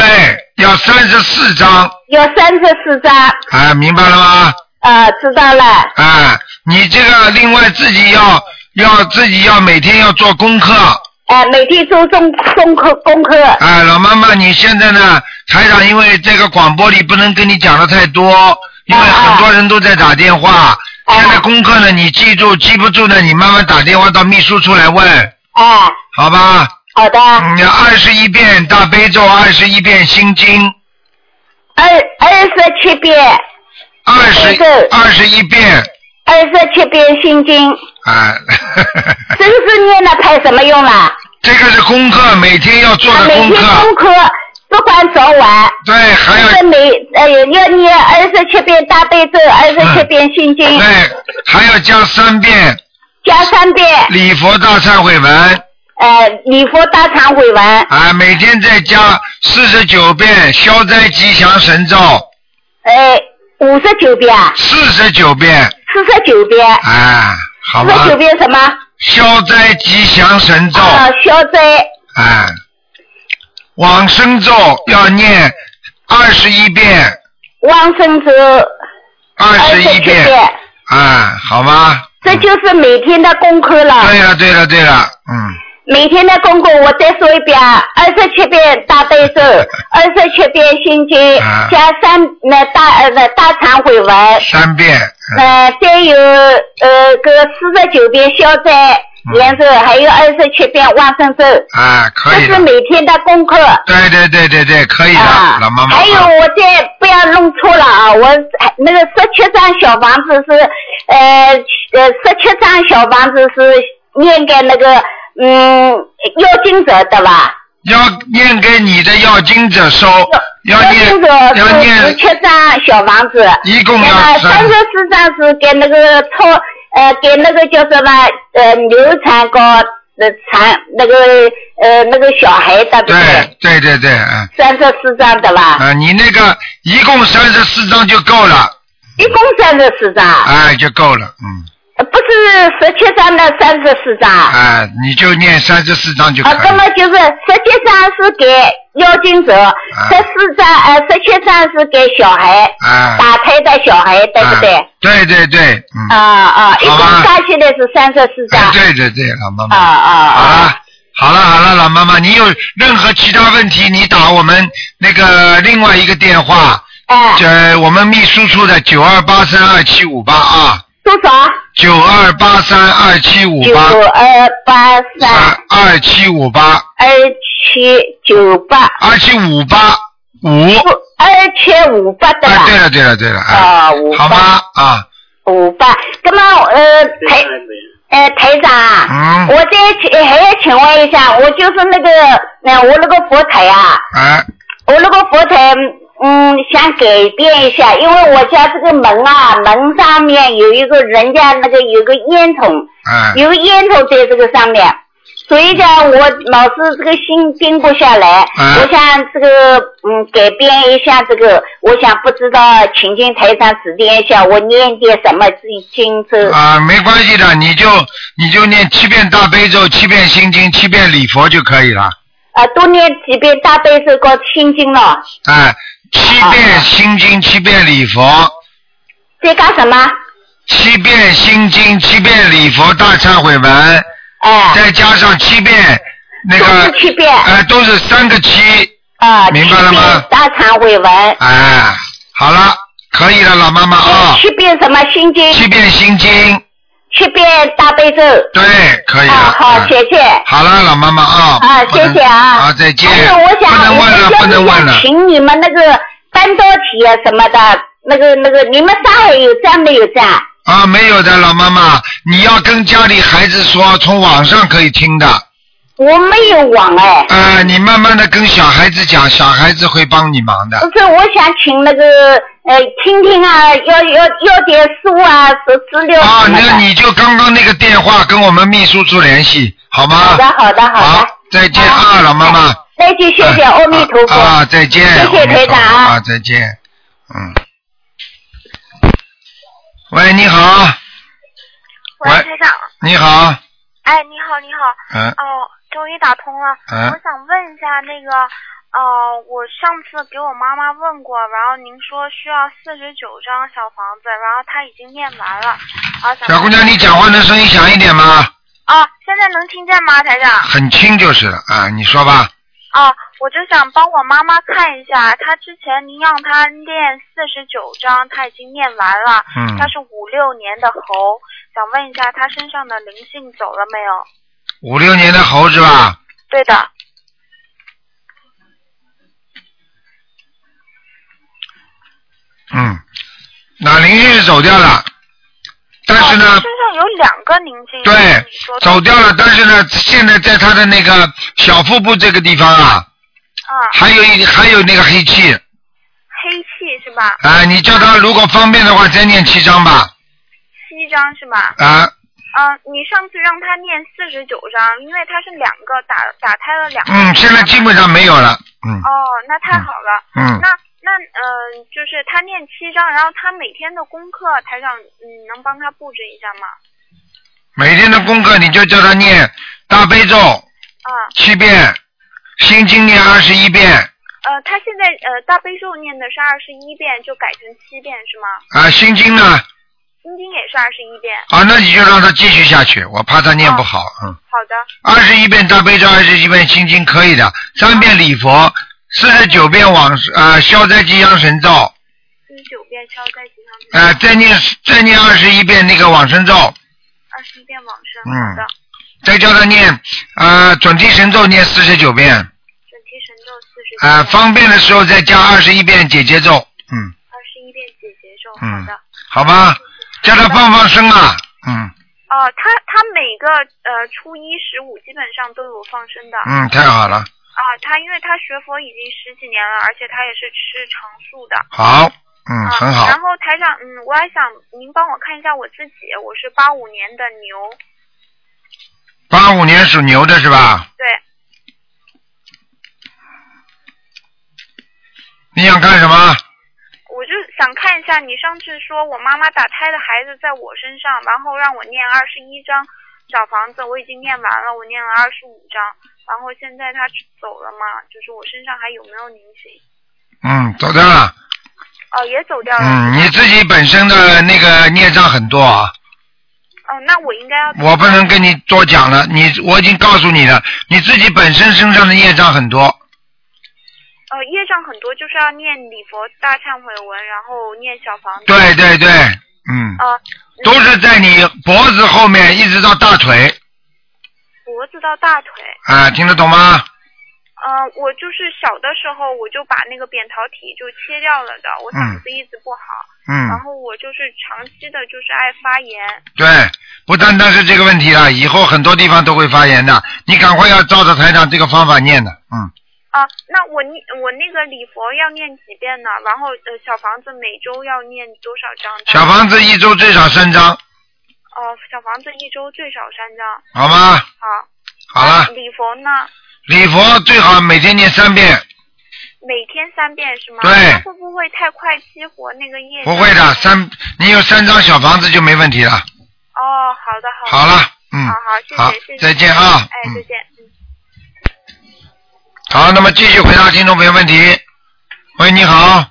S1: 要三十四张，
S10: 有三十四张，
S1: 啊，明白了吗？
S10: 呃，知道了，
S1: 啊，你这个另外自己要要自己要每天要做功课，
S10: 哎，每天做中中课功课，
S1: 啊，老妈妈，你现在呢？台长因为这个广播里不能跟你讲的太多，因
S10: 啊
S1: 为很多人都在打电话。现在功课呢，你记住，记不住呢，你慢慢打电话到秘书处来问，
S10: 哎，
S1: 好吧？
S10: 好的。
S1: 你二十一遍大悲咒，二十一遍心经，
S10: 二二十七遍，
S1: 二十二十一遍，
S10: 二十七遍 心经，
S1: 啊，
S10: 真是念了派什么用啦？
S1: 这个是功课，每天要做
S10: 啊
S1: 的
S10: 每
S1: 功
S10: 天
S1: 课。
S10: 功课不管早晚。
S1: 对，还
S10: 有每呃要念二十七遍大悲咒，二十七遍心经，
S1: 嗯对，还要加三遍
S10: 加三遍
S1: 礼佛大忏悔文，
S10: 呃哎礼佛大忏悔文，
S1: 啊，每天再加四十九遍消灾吉祥神咒，
S10: 呃五十九遍，啊
S1: 四十九遍，
S10: 四十九遍，
S1: 啊，好
S10: 四
S1: 吗
S10: 十？九遍什么？
S1: 消灾吉祥神咒，
S10: 啊，消灾
S1: 啊，往生咒要念二十一遍，
S10: 往生咒
S1: 二十一
S10: 27遍，
S1: 啊，好吗？
S10: 这就是每天的功课了。
S1: 对了，对了，对了，嗯，
S10: 每天的功课，我再说一遍，啊，二十七遍大悲 咒，二十七遍心经
S1: 啊，
S10: 加三那大呃那大忏悔文，
S1: 三遍，
S10: 呃，再有呃个四十九遍消灾延寿，还有二十七遍往生咒，
S1: 啊，可以
S10: 这
S1: 的
S10: 是，每天的功课。
S1: 对对对对对，可以的，老妈妈。
S10: 还有，啊哎我再不要弄错了啊！我那个十七张小房子是，呃呃，十七张小房子是念给那个嗯要经者的吧？
S1: 要念给你的要经者收，要
S10: 要
S1: 念
S10: 经者
S1: 要
S10: 是十
S1: 念
S10: 七张小房子，
S1: 一共要
S10: 那么
S1: 三
S10: 啊三十四张是给那个超呃给那个叫什么呃流产高呃产那个呃那个小孩的对不对？
S1: 对对对，嗯
S10: 三十四张的吧？
S1: 啊，你那个一共三十四张就够了，
S10: 一共三十四张。
S1: 哎，就够了，嗯，
S10: 呃不是十七张的三十四张，啊，
S1: 哎，你就念三十四张就可以
S10: 那
S1: 了，
S10: 啊么就是十七张是给妖精者，
S1: 啊
S10: 十四张呃十七张是给小孩，
S1: 哎，
S10: 打胎的小孩，对不对？
S1: 对对对，啊嗯，
S10: 啊啊，一
S1: 好
S10: 共
S1: 吧
S10: 加起来是三十四张。
S1: 哎，对对对，老妈妈，
S10: 啊啊
S1: 好了。好了好了，老妈妈，你有任何其他问题，你打我们那个另外一个电话，
S10: 哎，
S1: 这我们秘书处的九二八三二七五八啊，
S10: 多少？
S1: 九二八三二七五
S10: 九
S1: 八
S10: 二呃八三
S1: 二七五八
S10: 二七九八。
S1: 二七五八五。啊
S10: 二七五八的吧？
S1: 对了对了对了，哎，
S10: 啊，五
S1: 好
S10: 八
S1: 吗？啊，
S10: 五八。那么呃台呃台长啊，
S1: 嗯
S10: 我再请还要请问一下，我就是那个呃我那个佛台啊，
S1: 哎，
S10: 我那个佛台嗯想改变一下，因为我家这个门啊门上面有一个人家那个有个烟囱，
S1: 哎，
S10: 有个烟囱在这个上面。所以讲我老是这个心定不下来，
S1: 啊
S10: 我想这个嗯改变一下这个，我想不知道请进台上指点一下，我念点什么经咒
S1: 啊，没关系的，你就你就念七遍大悲咒、七遍心经、七遍礼佛就可以了。
S10: 啊，多念几遍大悲咒和心经了，
S1: 哎，七遍心经，七遍礼佛，
S10: 在干什么？
S1: 七遍心经，七遍礼佛大忏悔文，
S10: 哎，
S1: 再加上七遍那个，
S10: 七遍
S1: 哎，都是三个七，
S10: 啊，
S1: 明白了
S10: 七
S1: 吗
S10: 遍？大忏悔文，
S1: 哎，好了，可以了，老妈妈啊、
S10: 七遍什么心经？
S1: 七遍心经，
S10: 七遍大悲咒。
S1: 对，可以了。
S10: 啊，好，谢谢。
S1: 好了，老妈妈啊、
S10: 啊，谢谢啊。
S1: 好，再见。
S10: 还有，我想，
S1: 不能问了，不能问
S10: 我
S1: 了
S10: 想。请你们那个半导体啊什么的，那个那个，你们上海有站没有站？
S1: 啊，没有的，老妈妈，你要跟家里孩子说，从网上可以听的。
S10: 我没有网哎。
S1: 啊，你慢慢的跟小孩子讲，小孩子会帮你忙的。
S10: 不是，我想请那个呃，听听啊，要要要点书啊，什资料
S1: 啊，
S10: 什么
S1: 那
S10: 的。
S1: 你就刚刚那个电话跟我们秘书处联系，好吗？
S10: 好的，好的，好的。
S1: 再见啊，老妈妈。
S10: 再见，谢谢，阿弥陀佛。
S1: 啊，再见。
S10: 谢谢台长啊。
S1: 啊，再见。嗯。喂，你好，
S12: 喂，台长，
S1: 你好，
S12: 哎，你好，你好，
S1: 嗯
S12: 哦，终于打通了，
S1: 嗯
S12: 我想问一下那个，呃，我上次给我妈妈问过，然后您说需要四十九张小房子，然后她已经念完了，啊，想
S1: 小姑娘，你讲话能声音响一点吗？
S12: 啊，现在能听见吗，台长？
S1: 很轻就是了啊，你说吧。
S12: 啊，我就想帮我妈妈看一下，她之前您让她念四十九章，她已经念完了。
S1: 嗯
S12: 她是五六年的猴，想问一下她身上的灵性走了没有？
S1: 五六年的猴是吧？
S12: 对的，
S1: 嗯，那灵性是走掉了，但是
S12: 她
S1: 呢
S12: 哦身，上有两个灵性。
S1: 对，走掉了，但是呢，现在在他的那个小腹部这个地方啊，还有一还有那个黑气
S12: 黑气是吧？
S1: 啊，你叫他如果方便的话再念七章吧
S12: 七章是吧？
S1: 啊，
S12: 啊，你上次让她念四十九章，因为她是两个打打开了两个。
S1: 嗯，现在基本上没有了，嗯，
S12: 哦，那太好了。
S1: 嗯嗯
S12: 那那嗯、呃就是他念七章，然后他每天的功课，台长，嗯，能帮他布置一下吗？
S1: 每天的功课你就叫他念大悲咒
S12: 啊、
S1: 七遍，心经念二十一遍
S12: 呃，他现在呃大悲咒念的是二十一遍，就改成七遍是吗？
S1: 啊，心经呢
S12: 心经也是二十一遍。
S1: 啊，那你就让他继续下去，我怕他念不好，嗯。
S12: 哦好的，
S1: 二十一遍大悲咒，二十一遍心经可以的，三遍礼佛，四十九遍往呃消灾吉祥神咒，
S12: 四十九遍消灾吉祥神咒。
S1: 呃再念再念二十一遍那个往生咒，
S12: 二十一遍往生。
S1: 嗯
S12: 好的，
S1: 再叫他念呃准提神咒念四十九遍，
S12: 准提神咒四十。
S1: 呃方便的时候再加二十一遍解结咒，嗯
S12: 二十一遍解结咒。
S1: 嗯
S12: 好的。，
S1: 好吧，叫他放放生啊，嗯
S12: 哦、他他每个呃初一十五基本上都有放生的。
S1: 嗯太好了，
S12: 啊，他因为他学佛已经十几年了，而且他也是吃常素的。
S1: 好，嗯
S12: 啊
S1: 很好，
S12: 然后台长，嗯，我还想您帮我看一下我自己，我是八五年的牛，
S1: 八五年属牛的是吧？
S12: 对，
S1: 你想干什么？
S12: 我就想看一下你上次说我妈妈打胎的孩子在我身上，然后让我念二十一章小房子，我已经念完了，我念了二十五章，然后现在他走了嘛，就是我身上还有没有灵性？
S1: 嗯走掉了，
S12: 哦，也走掉了。
S1: 嗯你自己本身的那个孽障很多啊。
S12: 哦，那我应该要
S1: 我不能跟你多讲了，你我已经告诉你了，你自己本身身上的业障很多，
S12: 呃，业障很多，就是要念礼佛大忏悔文，然后念小房子。
S1: 对对对，嗯，
S12: 啊、
S1: 都是在你脖子后面一直到大腿
S12: 脖子到大腿。
S1: 啊，听得懂吗？
S12: 嗯、我就是小的时候我就把那个扁桃体就切掉了的，我嗓子一直不好。
S1: 嗯
S12: 然后我就是长期的就是爱发炎。
S1: 对，不单单是这个问题了，以后很多地方都会发炎的，你赶快要照着台长这个方法念的，嗯，
S12: 啊、那我念我那个礼佛要念几遍呢？然后呃，小房子每周要念多少章？
S1: 小房子一周最少三张，
S12: 哦、小房子一周最少三章。
S1: 好吗？
S12: 好。
S1: 好了，
S12: 礼佛呢？
S1: 礼佛最好每天念三遍，
S12: 每天三遍是吗？
S1: 对
S12: 那会不会太快激活那个业？
S1: 不会的，三你有三张小房子就没问题了。
S12: 哦，好的，
S1: 好
S12: 的。
S1: 了，嗯，
S12: 好好，谢
S1: 好
S12: 谢，谢谢。
S1: 再见啊
S12: 哎，再见。
S1: 好，那么继续回答听众朋友问题。喂，你好，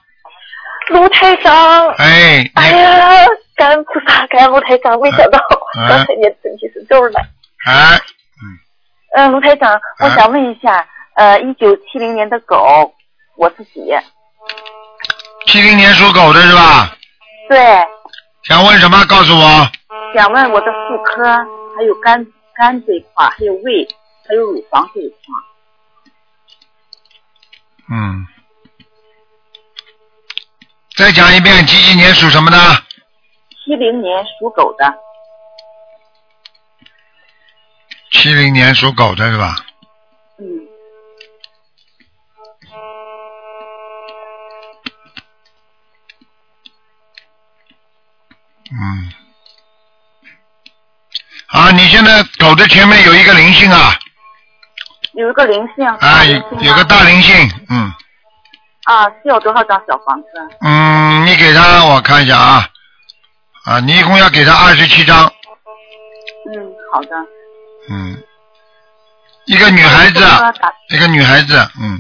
S13: 卢台长，
S1: 哎，你
S13: 哎呀，感恩菩萨，感恩卢台长，没想到
S1: 嗯
S13: 刚才也准提神咒了。
S1: 哎，
S13: 嗯，卢台长，我想问一下，呃，一九七零年的狗，我自己，
S1: 七零年属狗的是吧？
S13: 对，
S1: 想问什么？告诉我。
S13: 想问我的妇科，还有肝肝这一块，还有胃，还有乳房这一块。
S1: 嗯，再讲一遍，几几年属什么的？
S13: 七零年属狗的，
S1: 七零年属狗的是吧？
S13: 嗯，
S1: 嗯。啊，你现在狗的前面有一个灵性啊，
S13: 有一个灵性，
S1: 啊，有有个大灵性，嗯
S13: 啊，需要多少张小房子？
S1: 嗯，你给他我看一下啊，啊，你一共要给他二十七张，
S13: 嗯，好的。
S1: 嗯，一个女孩子，啊
S13: 打
S1: 一个女孩子，嗯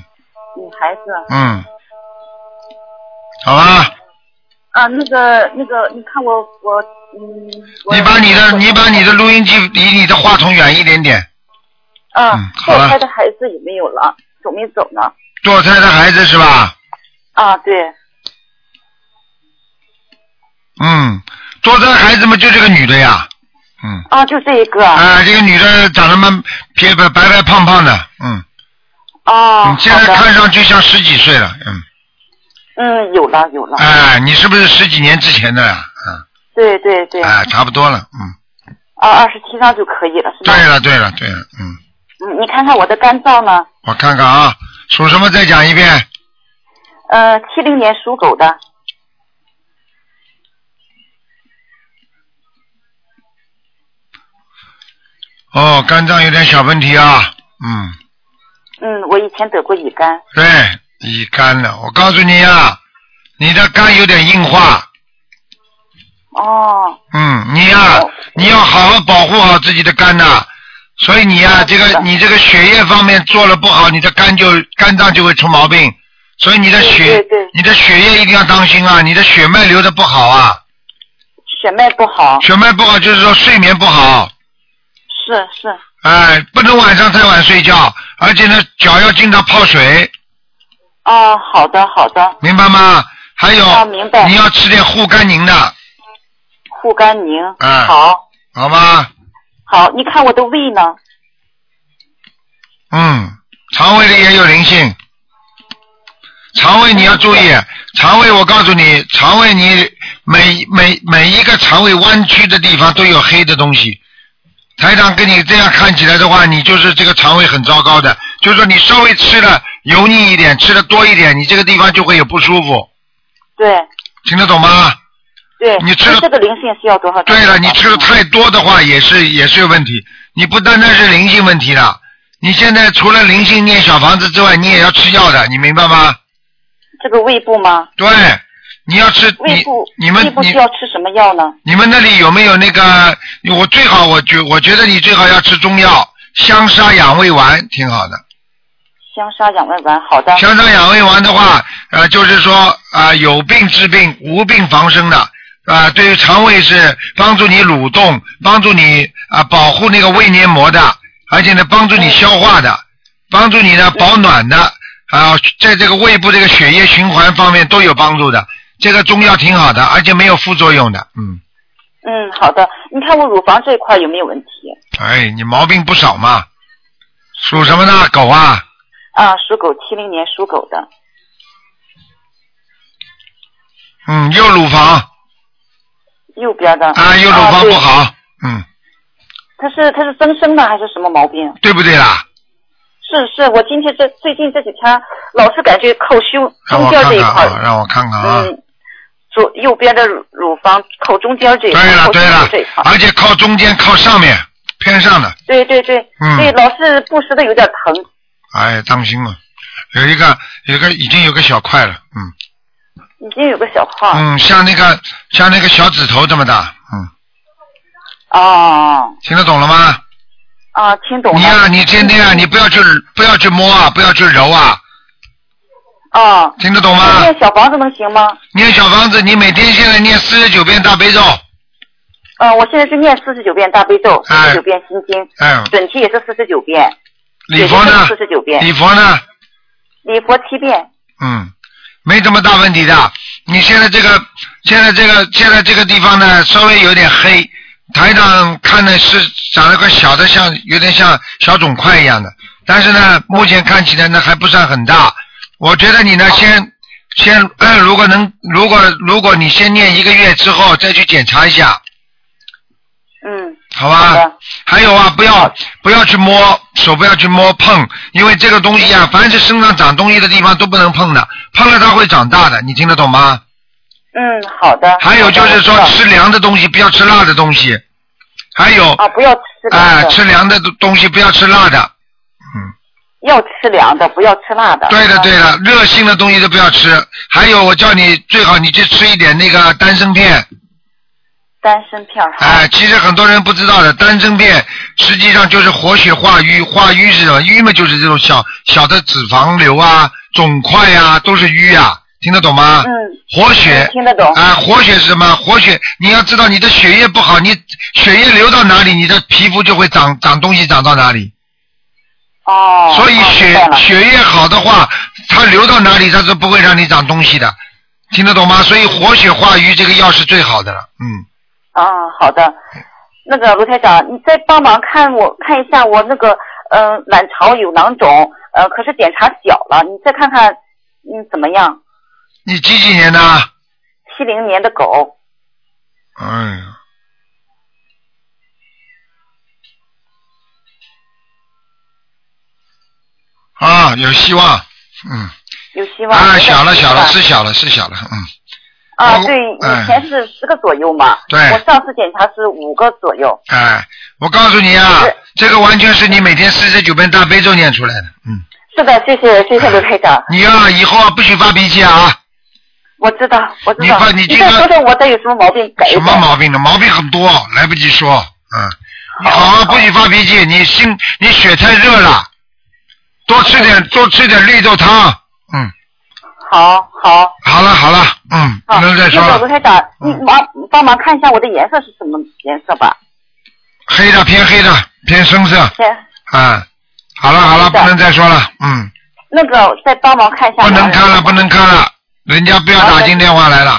S13: 女孩子，
S1: 嗯，好吧，
S13: 啊，那个那个，你看我我嗯，我
S1: 你把你的你把你的录音机离你的话筒远一点点，
S13: 啊，
S1: 嗯好
S13: 堕
S1: 了
S13: 胎的孩子有没有了？走没走呢？
S1: 堕胎的孩子是吧？
S13: 啊，对，
S1: 嗯，堕胎孩子嘛就这个女的呀，
S13: 啊，就这一个。
S1: 啊，这个女的长得蛮偏白白白胖胖的，嗯，
S13: 哦
S1: 你，现在看上去像十几岁了，嗯，
S13: 嗯，有了有了，
S1: 哎，你是不是十几年之前的呀？嗯
S13: 对对对，
S1: 哎，差不多了，嗯，
S13: 啊，二十七张就可以了，是吧？
S1: 对了对了对了，嗯，
S13: 嗯，你看看我的肝脏呢？
S1: 我看看啊，属什么再讲一遍，
S13: 呃，七零年属狗的，
S1: 哦，肝脏有点小问题啊，嗯，
S13: 嗯，我以前得过乙肝，
S1: 对，乙肝哎了，我告诉你啊，你的肝有点硬化，
S13: 哦，
S1: 嗯，你呀、你要好好保护好自己的肝呐、所以你
S13: 哦
S1: 呀、这个你这个血液方面做了不好，你的肝就肝脏就会出毛病，所以你的血你的血液一定要当心啊，你的血脉流的不好啊，
S13: 血脉不好，
S1: 血脉不好就是说睡眠不好，
S13: 是是，
S1: 哎，不能晚上太晚睡觉，而且呢脚要经常泡水，
S13: 哦，好的好的，
S1: 明白吗？还有、
S13: 啊明白
S1: 你要吃点护肝宁的，
S13: 护肝宁，
S1: 哎
S13: 好，
S1: 好吧？
S13: 好，你看我的胃呢？
S1: 嗯，肠胃里也有灵性，肠胃你要注意，肠胃我告诉你，肠胃你每每每一个肠胃弯曲的地方都有黑的东西。台长跟你这样看起来的话，你就是这个肠胃很糟糕的，就是说你稍微吃了油腻一点，吃的多一点，你这个地方就会有不舒服，
S13: 对
S1: 听得懂吗？
S13: 对，
S1: 你吃了
S13: 这个灵性需要多少张？
S1: 对了，你吃的太多的话也是也是有问题，你不单单是灵性问题了，你现在除了灵性念小房子之外，你也要吃药的，你明白吗？
S13: 这个胃部吗？
S1: 对，你要吃
S13: 胃部
S1: 你你们
S13: 胃部
S1: 你
S13: 需要吃什么药呢？
S1: 你们那里有没有那个？我最好我觉我觉得你最好要吃中药，香砂养胃丸挺好的。
S13: 香砂养胃丸，好的。
S1: 香砂养胃丸的话，呃，就是说啊、有病治病，无病防身的啊、对于肠胃是帮助你蠕动，帮助你啊、保护那个胃黏膜的，而且呢帮助你消化的，帮助你呢保暖的啊、在这个胃部这个血液循环方面都有帮助的。这个中药挺好的，而且没有副作用的，嗯，
S13: 嗯，好的。你看我乳房这一块有没有问题？
S1: 哎，你毛病不少嘛，属什么呢？狗啊，
S13: 啊，属狗，七零年属狗的，
S1: 嗯，右乳房
S13: 右边的。
S1: 啊，右乳
S13: 啊
S1: 房
S13: 对
S1: 不好，嗯
S13: 它是它是增生的还是什么毛病？
S1: 对不对啦？
S13: 是是，我今天这最近这几天老是感觉靠胸
S1: 让
S13: 中
S1: 我
S13: 间这
S1: 看
S13: 一
S1: 看
S13: 块，
S1: 啊，让我看看啊。
S13: 嗯，左右边的乳乳房靠中间这一块，
S1: 对了
S13: 靠胸
S1: 对
S13: 部
S1: 了
S13: 这一块，
S1: 而且靠中间靠上面，偏上的，
S13: 对对对，
S1: 嗯
S13: 对，老是不时的有点疼。
S1: 哎，当心了，有一个有一个已经有个小块了，嗯
S13: 已经有个小块。
S1: 嗯，像那个像那个小指头这么大，嗯，
S13: 哦
S1: 听得懂了吗？
S13: 啊，听懂了。嗯
S1: 你呀、你天天啊，你不要去不要去摸啊，不要去揉啊，
S13: 哦，
S1: 听得懂吗？
S13: 念小房子能行吗？
S1: 念小房子，你每天现在念四十九遍大悲咒，
S13: 嗯，我现在是念四十九遍大悲咒，四十九遍心经，
S1: 哎嗯，
S13: 准提也是四十九遍，
S1: 礼佛呢
S13: 四？十九遍，
S1: 礼佛呢？
S13: 礼佛七遍，
S1: 嗯，没什么大问题的。你现在这个，现在这个，现在这个地方呢，稍微有点黑。台长看的是长了个小的像，有点像小肿块一样的，但是呢，目前看起来呢还不算很大。我觉得你呢，先先，嗯，如果能，如果如果你先念一个月之后再去检查一下，
S13: 嗯，
S1: 好吧？还有啊，不要不要去摸，手不要去摸碰，因为这个东西啊，
S13: 嗯
S1: 凡是身上长东西的地方都不能碰的，碰了它会长大的，你听得懂吗？
S13: 嗯，好的。
S1: 还有就是
S13: 嗯
S1: 说，吃凉的东西不要吃辣的东西，还有
S13: 啊，不要吃
S1: 哎、
S13: 凉的，
S1: 吃凉的东西不要吃辣的。
S13: 要吃凉的，不要吃辣的。
S1: 对的，对的，热性的东西都不要吃。还有，我叫你最好你去吃一点那个丹参片。
S13: 丹参片儿，
S1: 哎、其实很多人不知道的，丹参片实际上就是活血化瘀，化瘀是什么？瘀嘛就是这种小小的脂肪瘤啊、肿块啊，都是瘀啊，听得懂吗？
S13: 嗯。
S1: 活血。
S13: 听得懂。
S1: 啊，活血是什么？活血，你要知道你的血液不好，你血液流到哪里，你的皮肤就会长长东西，长到哪里。
S13: 哦。
S1: 所以血、血液好的话，它流到哪里，它是不会让你长东西的，听得懂吗？所以活血化瘀这个药是最好的了，嗯。
S13: 啊，好的。那个卢台长，你再帮忙看我看一下我那个嗯、呃、卵巢有囊肿，呃，可是检查小了，你再看看嗯怎么样？
S1: 你几几年的？
S13: 七零年的狗，
S1: 哎呀，啊，有希望，嗯，
S13: 有希望。
S1: 啊，小了
S13: 是吧
S1: 小了是小了是小了，嗯，
S13: 啊，对，
S1: 哎
S13: 以前是十个左右嘛，
S1: 对
S13: 我上次检查是五个左右。
S1: 哎，我告诉你啊，这个完全是你每天四十九遍大悲咒念出来的，嗯，
S13: 是的，谢谢谢谢卢台长，
S1: 哎你呀、以后啊不许发脾气啊，
S13: 我知道我知
S1: 你
S13: 道
S1: 把，你这
S13: 再
S1: 个
S13: 说说我这有什么毛病改一
S1: 什
S13: 改。
S1: 么毛病呢？毛病很多，来不及说，嗯，你好好不许发脾气，你心你血太热了，多吃点多吃点绿豆汤，嗯，
S13: 好好
S1: 好了好了，嗯，不
S13: 好，
S1: 能再说嗯
S13: 那个
S1: 了
S13: 卢。台长，你忙帮忙看一下我的颜色是什么颜色吧？
S1: 黑的偏黑的偏深色
S13: 先
S1: 啊。好了好了，不能再说了，嗯，
S13: 那个再帮忙看一下。
S1: 不能看了不能看了，人家不要打进电话来了。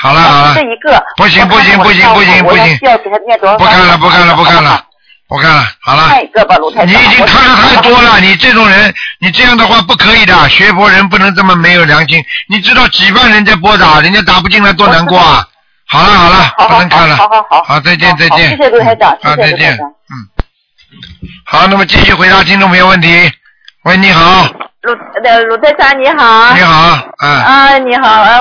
S1: 好了好了
S13: 这，一个。
S1: 不行
S13: 我看看
S1: 不行不行
S13: 我
S1: 不行
S13: 我
S1: 不行
S13: 需要给他念多少？
S1: 不看了不看了不看了。不看了，好了。
S13: 看一个吧，卢台长。
S1: 你已经看的太多了，你这种人，你这样的话不可以的，学佛人不能这么没有良心。你知道几万人在拨打，人家打不进来多难过啊！好了好了，不能看了，
S13: 好好好，
S1: 好再见再
S13: 好
S1: 见，
S13: 谢谢卢台长，
S1: 啊
S13: 谢
S1: 再
S13: 谢卢台
S1: 见，
S13: 长。
S1: 嗯。好，那么继续回答听众朋友问题。喂，你好，
S7: 鲁呃鲁队长你好。
S1: 你。好，嗯，
S7: 啊，你好，啊、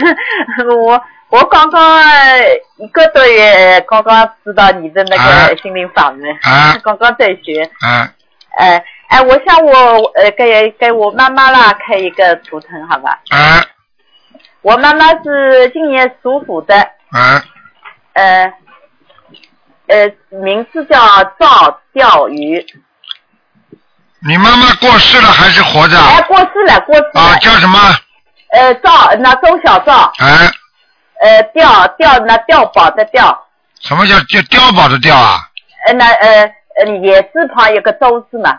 S7: 我我刚刚呃一个多月刚刚知道你的那个心灵法门，
S1: 啊
S7: 刚刚在学，
S1: 啊，
S7: 呃哎、我想我呃给给我妈妈啦开一个图腾，好吧？
S1: 啊
S7: 我妈妈是今年属虎的，
S1: 啊
S7: 呃呃，名字叫赵钓鱼，
S1: 你妈妈过世了还是活着？
S7: 哎，过世了，过世了。
S1: 啊，叫什么？
S7: 呃，赵，那周小赵，
S1: 哎，
S7: 呃，钓钓那碉堡的碉，
S1: 什么叫叫碉堡的碉啊？
S7: 呃那呃呃也是旁有个周字嘛，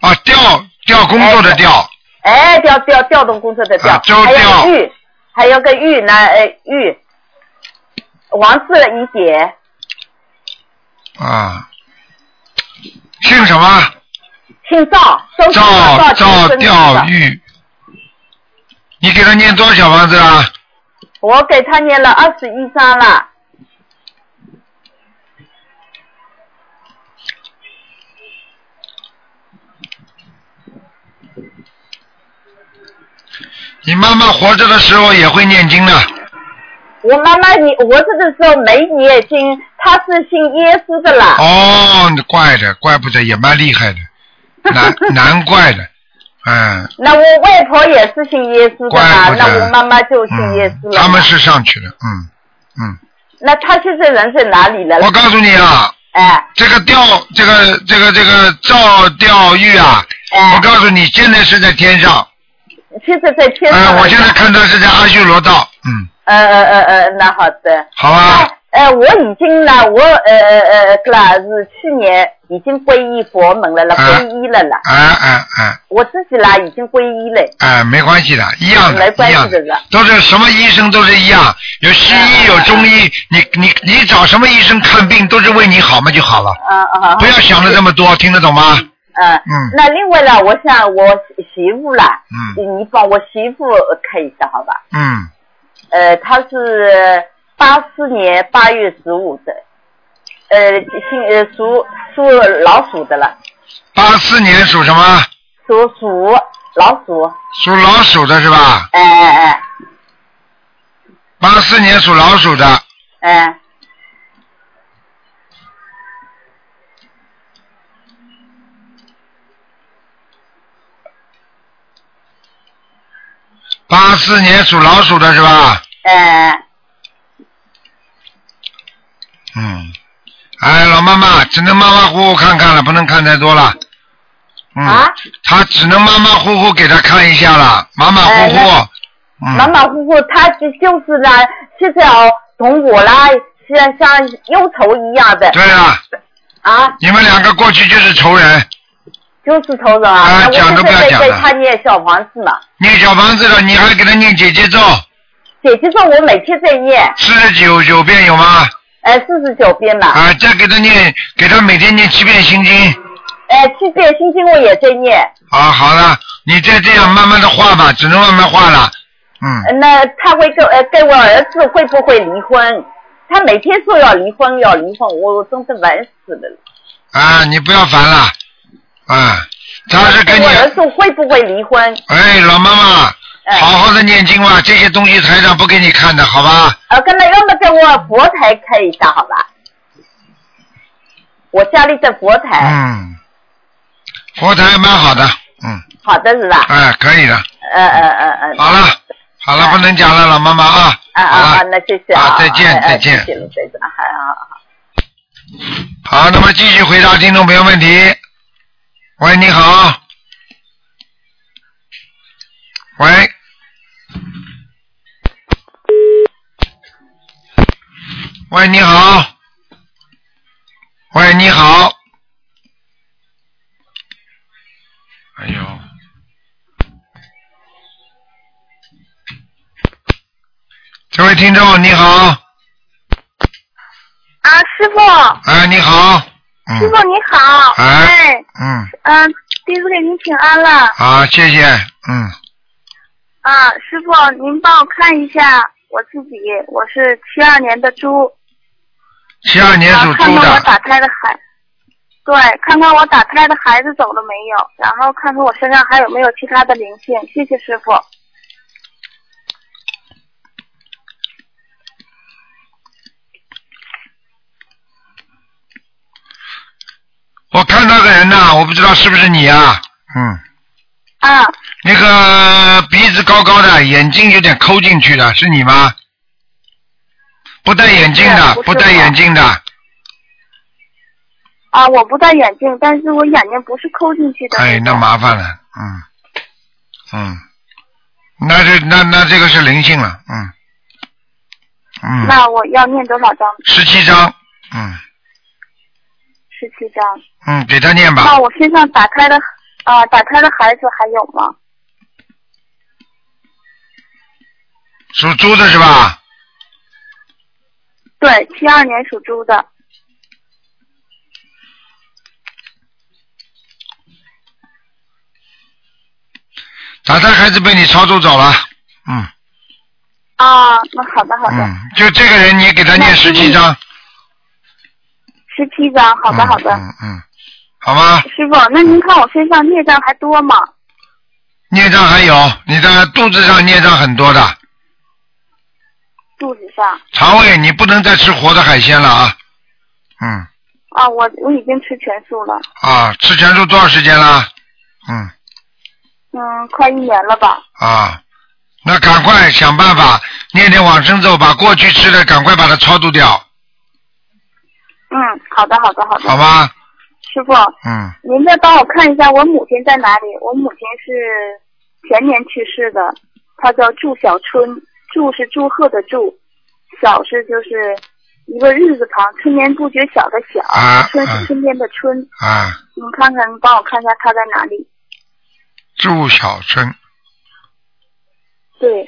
S1: 啊，调调工作的调，
S7: 哎，调调调动工作的调，
S1: 啊周
S7: 还有
S1: 调
S7: 个玉，还有个玉那呃玉，王字一点，
S1: 啊，姓什么？
S7: 姓赵，周姓
S1: 赵
S7: 赵
S1: 赵
S7: 先生
S1: 钓鱼，你给他念多少小房子啊？
S7: 我给他念了二十一章了，
S1: 你妈妈活着的时候也会念经的，
S7: 我妈妈也，我这个时候没也信，她是信耶稣的啦。
S1: 哦，怪的，怪不得也蛮厉害的， 难难怪的，嗯，
S7: 那我外婆也是信耶稣的
S1: 怪
S7: 啦
S1: 不，得嗯
S7: 那我妈妈就信耶稣了啦。
S1: 他们是上去的，嗯嗯。
S7: 那她现在人在哪里呢？
S1: 我告诉你啊，
S7: 哎，
S1: 这个钓，这个这个这个造钓鱼啊，我告诉你，现在是在天上，
S7: 嗯现在在天上。
S1: 哎，我现在看到是在阿修罗道，嗯，
S7: 呃呃呃呃，那好的。
S1: 好吧，
S7: 呃，我已经呢，我呃呃呃，是啦，是去年已经皈依佛门了啦，皈依了啦。
S1: 哎哎哎
S7: 我自己啦已经皈依了，
S1: 哎，没关系的，一样的
S7: 没，关
S1: 一
S7: 系
S1: 样的，
S7: 的嗯啦。
S1: 都是什么医生都是一样，有西医有中医，你你你找什么医生看病都是为你好嘛就好了，
S7: 啊啊啊！
S1: 不要想的这么多，听得懂吗？
S7: 嗯
S1: 嗯
S7: 那另外呢，我想我媳媳妇啦，
S1: 嗯
S7: 你帮我媳妇看一下好吧？
S1: 嗯，
S7: 呃，她是八四年八月十五的，呃，姓呃属属老鼠的了，
S1: 八四年属什么？
S7: 属鼠老鼠，
S1: 属老鼠的是吧？
S7: 哎哎
S1: 八四年属老鼠的，
S7: 哎哎，
S1: 八四年属老鼠的是吧？
S10: 呃
S7: 哎，
S1: 嗯，哎，老妈妈只能马马虎虎看看了，不能看太多了。嗯，
S7: 啊
S1: 他只能马马虎虎给他看一下了，马马虎嗯虎。
S7: 哎马马虎虎，她就就是呢，现在哦，同我啦，像像忧愁一样的。
S1: 对了，
S7: 啊，
S1: 你们两个过去就是仇人，
S7: 就是仇人啊！那我
S1: 哎讲都不要
S7: 现在
S1: 讲
S7: 在
S1: 了
S7: 她念小房子嘛，
S1: 念小房子了，你还给他念姐姐咒，
S7: 姐姐说我每天在念，
S1: 四十九九遍有吗？
S7: 呃，四十九遍嘛。
S1: 啊，再给他念，给他每天念七遍心经。
S7: 哎，七遍心经我也在念，
S1: 啊，好了，你再这样慢慢的画吧，只能慢慢画了。嗯，
S7: 呃那他会跟呃跟我儿子会不会离婚？他每天说要离婚要离婚，我我真的烦死了。
S1: 啊，你不要烦了，啊，他是跟
S7: 跟
S1: 你
S7: 我，儿子会不会离婚？
S1: 哎，老妈妈，好好的念经吧，这些东西台上不给你看的，好吧？
S7: 呃，跟那要么在我佛台看一下好吧？我家里在佛台，
S1: 嗯，佛台蛮好的，嗯，
S7: 好的是吧？
S1: 哎，可以的，
S7: 呃呃呃呃。
S1: 好了，好了，不能讲了，老妈妈啊，
S7: 啊啊啊！那谢谢啊，
S1: 啊再见
S7: 哎哎
S1: 再见
S7: 谢谢再见，还好。
S1: 好，那么继续回答听众朋友问题。喂，你好。喂。喂，你好。喂，你好。哎呦。这位听众你好，
S14: 啊，师傅，
S1: 哎，你好，嗯
S14: 师傅你好，
S1: 哎
S14: 哎，
S1: 嗯，
S14: 嗯、弟子给您请安了，
S1: 好，谢谢，嗯，
S14: 啊，师傅，您帮我看一下我自己，我是七二年的猪，
S1: 七二年属
S14: 啊，看
S1: 猪
S14: 看我
S1: 的，
S14: 打胎的孩，对，看看我打胎的孩子走了没有，然后看看我身上还有没有其他的灵性，谢谢师傅。
S1: 我看到个人呐、我不知道是不是你啊，嗯，
S14: 啊，
S1: 那个鼻子高高的，眼睛有点抠进去的，是你吗？不戴眼镜的
S14: 不，是
S1: 不戴
S14: 我
S1: 眼镜的，
S14: 啊，我不戴眼镜，但是我眼睛不是抠进去的，
S1: 哎，那麻烦了，嗯，嗯，那这那那这个是灵性了，嗯，嗯，
S14: 那我要念多少张？
S1: 十七张，嗯
S14: 十七张。
S1: 嗯，给他念吧
S14: 那，我身上打胎的啊、打胎的孩子还有吗？
S1: 属猪的是吧？
S14: 对，七二年属猪的。
S1: 打胎孩子被你操作走了，嗯
S14: 啊，那好的好的，
S1: 嗯，就这个人你给他念
S14: 那师
S1: 十
S14: 傅
S1: 七
S14: 你
S1: 张，
S14: 十七张，好的好的。
S1: 嗯嗯，好吗？
S14: 师傅，那您看我身上孽障还多吗？
S1: 孽障还有，你的肚子上孽障很多的，
S14: 肚子上。
S1: 肠胃你不能再吃活的海鲜了啊。嗯
S14: 啊，我我已经吃全素了，
S1: 啊，吃全素多少时间了？嗯
S14: 嗯，快一年了吧。
S1: 啊，那赶快想办法念点往生咒，把过去吃的赶快把它超度掉，
S14: 嗯，好的，好的，好的。
S1: 好吗？
S14: 师傅，
S1: 嗯，
S14: 您再帮我看一下我母亲在哪里？我母亲是前年去世的，她叫祝小春，祝是祝贺的祝，小是就是一个日字旁，春眠不觉晓的晓，
S1: 啊
S14: 春是春天的春。
S1: 啊，
S14: 您看看，您帮我看一下她在哪里？
S1: 祝小春，
S14: 对，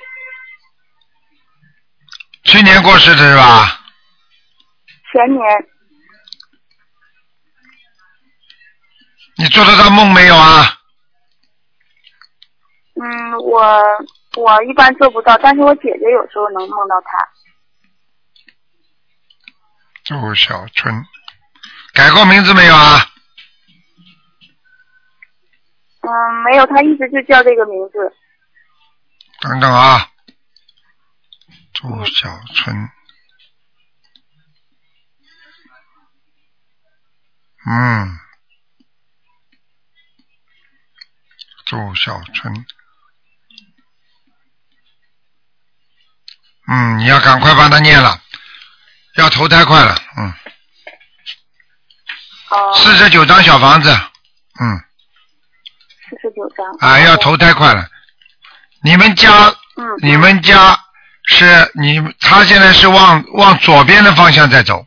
S1: 去年过世的是吧？
S14: 前年
S1: 你做得到梦没有啊？
S14: 嗯，我我一般做不到，但是我姐姐有时候能梦到她。
S1: 祝小春，改过名字没有啊？
S14: 嗯，没有，她一直就叫这个名字。
S1: 等等啊，祝小春，嗯，祝小春，嗯，你要赶快帮他念了，要投胎快了，嗯，四十九张小房子，嗯，
S14: 四十九张。
S1: 啊，要投胎快了。你们家，
S14: 嗯
S1: 你们家是你，他现在是往往左边的方向在走，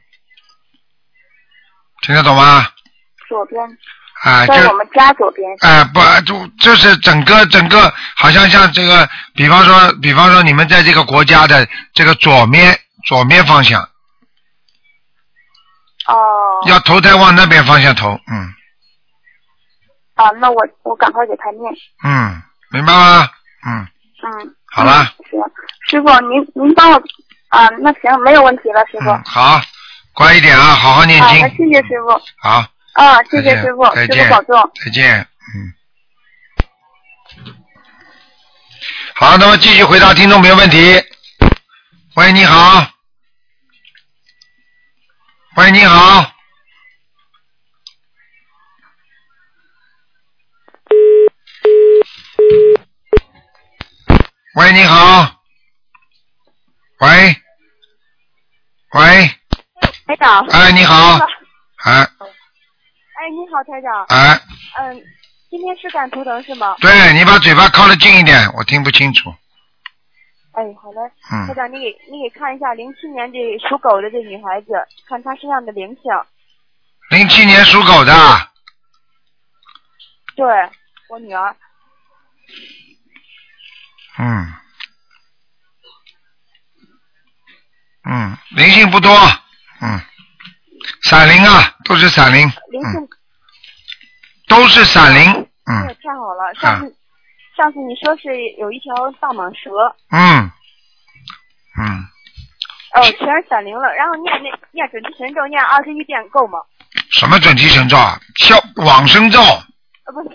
S1: 听得懂吗？
S14: 左边，
S1: 啊，就
S14: 在我们家左边。
S1: 哎、不，就就是整个整个，好像像这个，比方说，比方说你们在这个国家的这个左面左面方向。
S14: 哦。
S1: 要投胎往那边方向投，嗯
S14: 啊，那我我赶快给她念。
S1: 嗯，明白吗？嗯，
S14: 嗯，
S1: 好了，
S14: 行，师傅，您您帮我啊，那行，没有问题了，师傅。
S1: 嗯，好，乖一点啊，好好念
S14: 好的，
S1: 经，
S14: 谢谢师傅。
S1: 好。
S14: 啊，谢
S1: 再
S14: 谢
S1: 见
S14: 师傅，
S1: 再
S14: 师
S1: 见
S14: 傅保重。
S1: 再见，嗯。好，那么继续回答听众朋友问题。喂，你好。喂，你好。喂，你好。喂。喂，
S15: 台长。
S1: 哎你好哎，
S15: 哎，你好，台长。
S1: 哎。
S15: 嗯，今天是赶图腾是吗？
S1: 对你把嘴巴靠得近一点，我听不清楚。
S15: 哎，好嘞。
S1: 嗯
S15: 台长，你给你给看一下零七年这属狗的这女孩子，看她身上的灵性。
S1: 零七年属狗的。
S15: 对，我女儿。
S1: 嗯，嗯，灵性不多，嗯，闪灵啊，都是闪灵，
S15: 灵
S1: 嗯，
S15: 性。
S1: 都是闪灵，嗯啊
S15: 哎，太好了，上次、上次你说是有一条大蟒蛇，
S1: 嗯，嗯，
S15: 哦，全是闪灵了，然后念那念准提神咒念二十一遍够吗？
S1: 什么准提神咒啊？消往生咒，
S15: 呃，不是，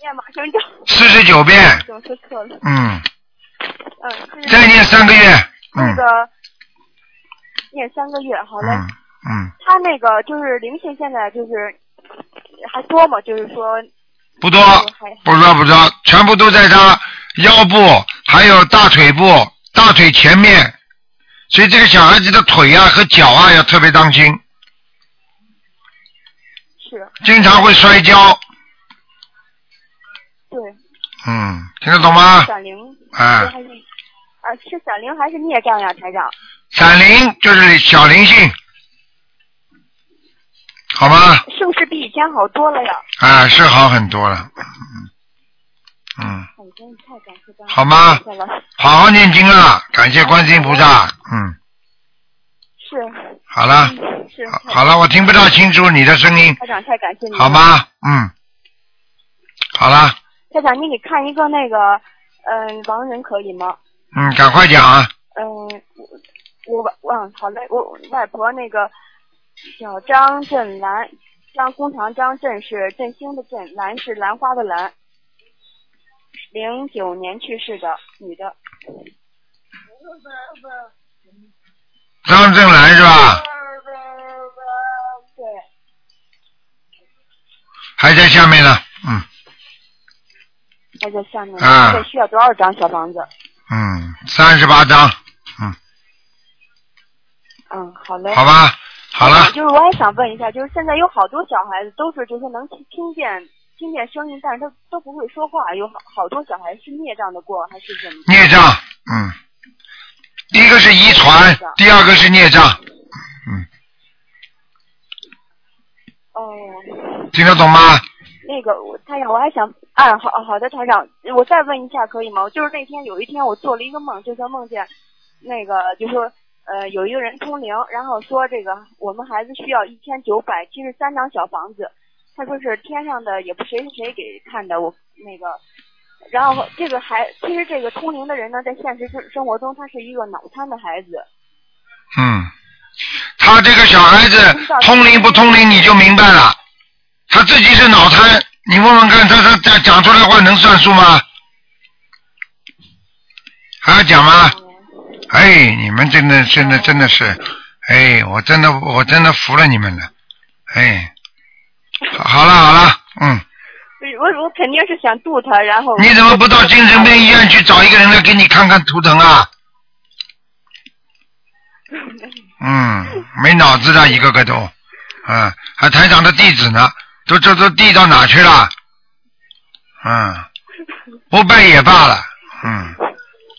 S15: 念往生咒。
S1: 49遍
S15: 总说错了。
S1: 嗯，
S15: 嗯，是
S1: 再念三个月，
S15: 那
S1: 嗯
S15: 个念三个月，好嘞。
S1: 嗯嗯，
S15: 他那个就是灵性，现在就是还多吗？就是说
S1: 不
S15: 嗯
S1: 多，不多不多，全部都在他腰部，还有大腿部、大腿前面，所以这个小孩子的腿啊和脚啊要特别当心，
S15: 是
S1: 经常会摔跤，
S15: 对。
S1: 嗯，听得懂吗？
S15: 闪灵
S1: 啊
S15: 还是啊，是闪灵还是孽障呀，台长？
S1: 闪灵就是小灵性，好吗？
S15: 是不是比以前好多了呀？
S1: 啊，是好很多了，嗯嗯，
S15: 哎真是太感谢大家
S1: 好吗
S15: 谢谢了
S1: 好好念经啊，感谢观世音菩萨，嗯，
S15: 是。
S1: 好了
S15: 嗯是。
S1: 好了，我听不大清楚你的声音，
S15: 台长，太感谢你。
S1: 好吗？？嗯，好了，
S15: 台长，你给看一个那个，嗯、亡人可以吗？
S1: 嗯，赶快讲啊，
S15: 嗯，我我我嗯好嘞，我外婆那个叫张振兰，张工长张振是振兴的振，兰是兰花的兰。零九年去世的女的，
S1: 张正兰是吧？
S15: 对，
S1: 还在下面呢，嗯
S15: 那在下面。
S1: 啊
S15: 这需要多少张小房子？
S1: 嗯，三十八张，
S15: 嗯，好嘞。
S1: 好吧，好了，
S15: 就是我还想问一下，就是现在有好多小孩子都是就是能听听见听见声音，但是他都不会说话，有好好多小孩是孽障的过还是怎么？
S1: 孽障，嗯，第一个是遗传，第二个是孽障，嗯
S15: 哦，
S1: 听得懂吗？
S15: 那个我台长，我还想，啊，好好的，台长，我再问一下可以吗？就是那天有一天我做了一个梦，就说梦见那个就说呃有一个人通灵，然后说这个我们孩子需要一千九百七十三张小房子，他说是天上的也不谁是谁给看的，我那个。然后这个孩，其实这个通灵的人呢，在现实生生活中，他是一个脑瘫的孩子。
S1: 嗯，他这个小孩子通灵不通灵你就明白了，他自己是脑瘫，你问问看他他他讲出来话能算数吗？还要讲吗？哎，你们真的真的真的是，哎，我真的我真的服了你们了，哎，好好了好了，嗯，
S15: 我我肯定是想渡他，然后
S1: 你怎么不到精神病医院去找一个人来给你看看图腾啊？嗯，没脑子的一个个都，嗯，还台长的地址呢，都这都递到哪去了？嗯，不背也罢了，嗯，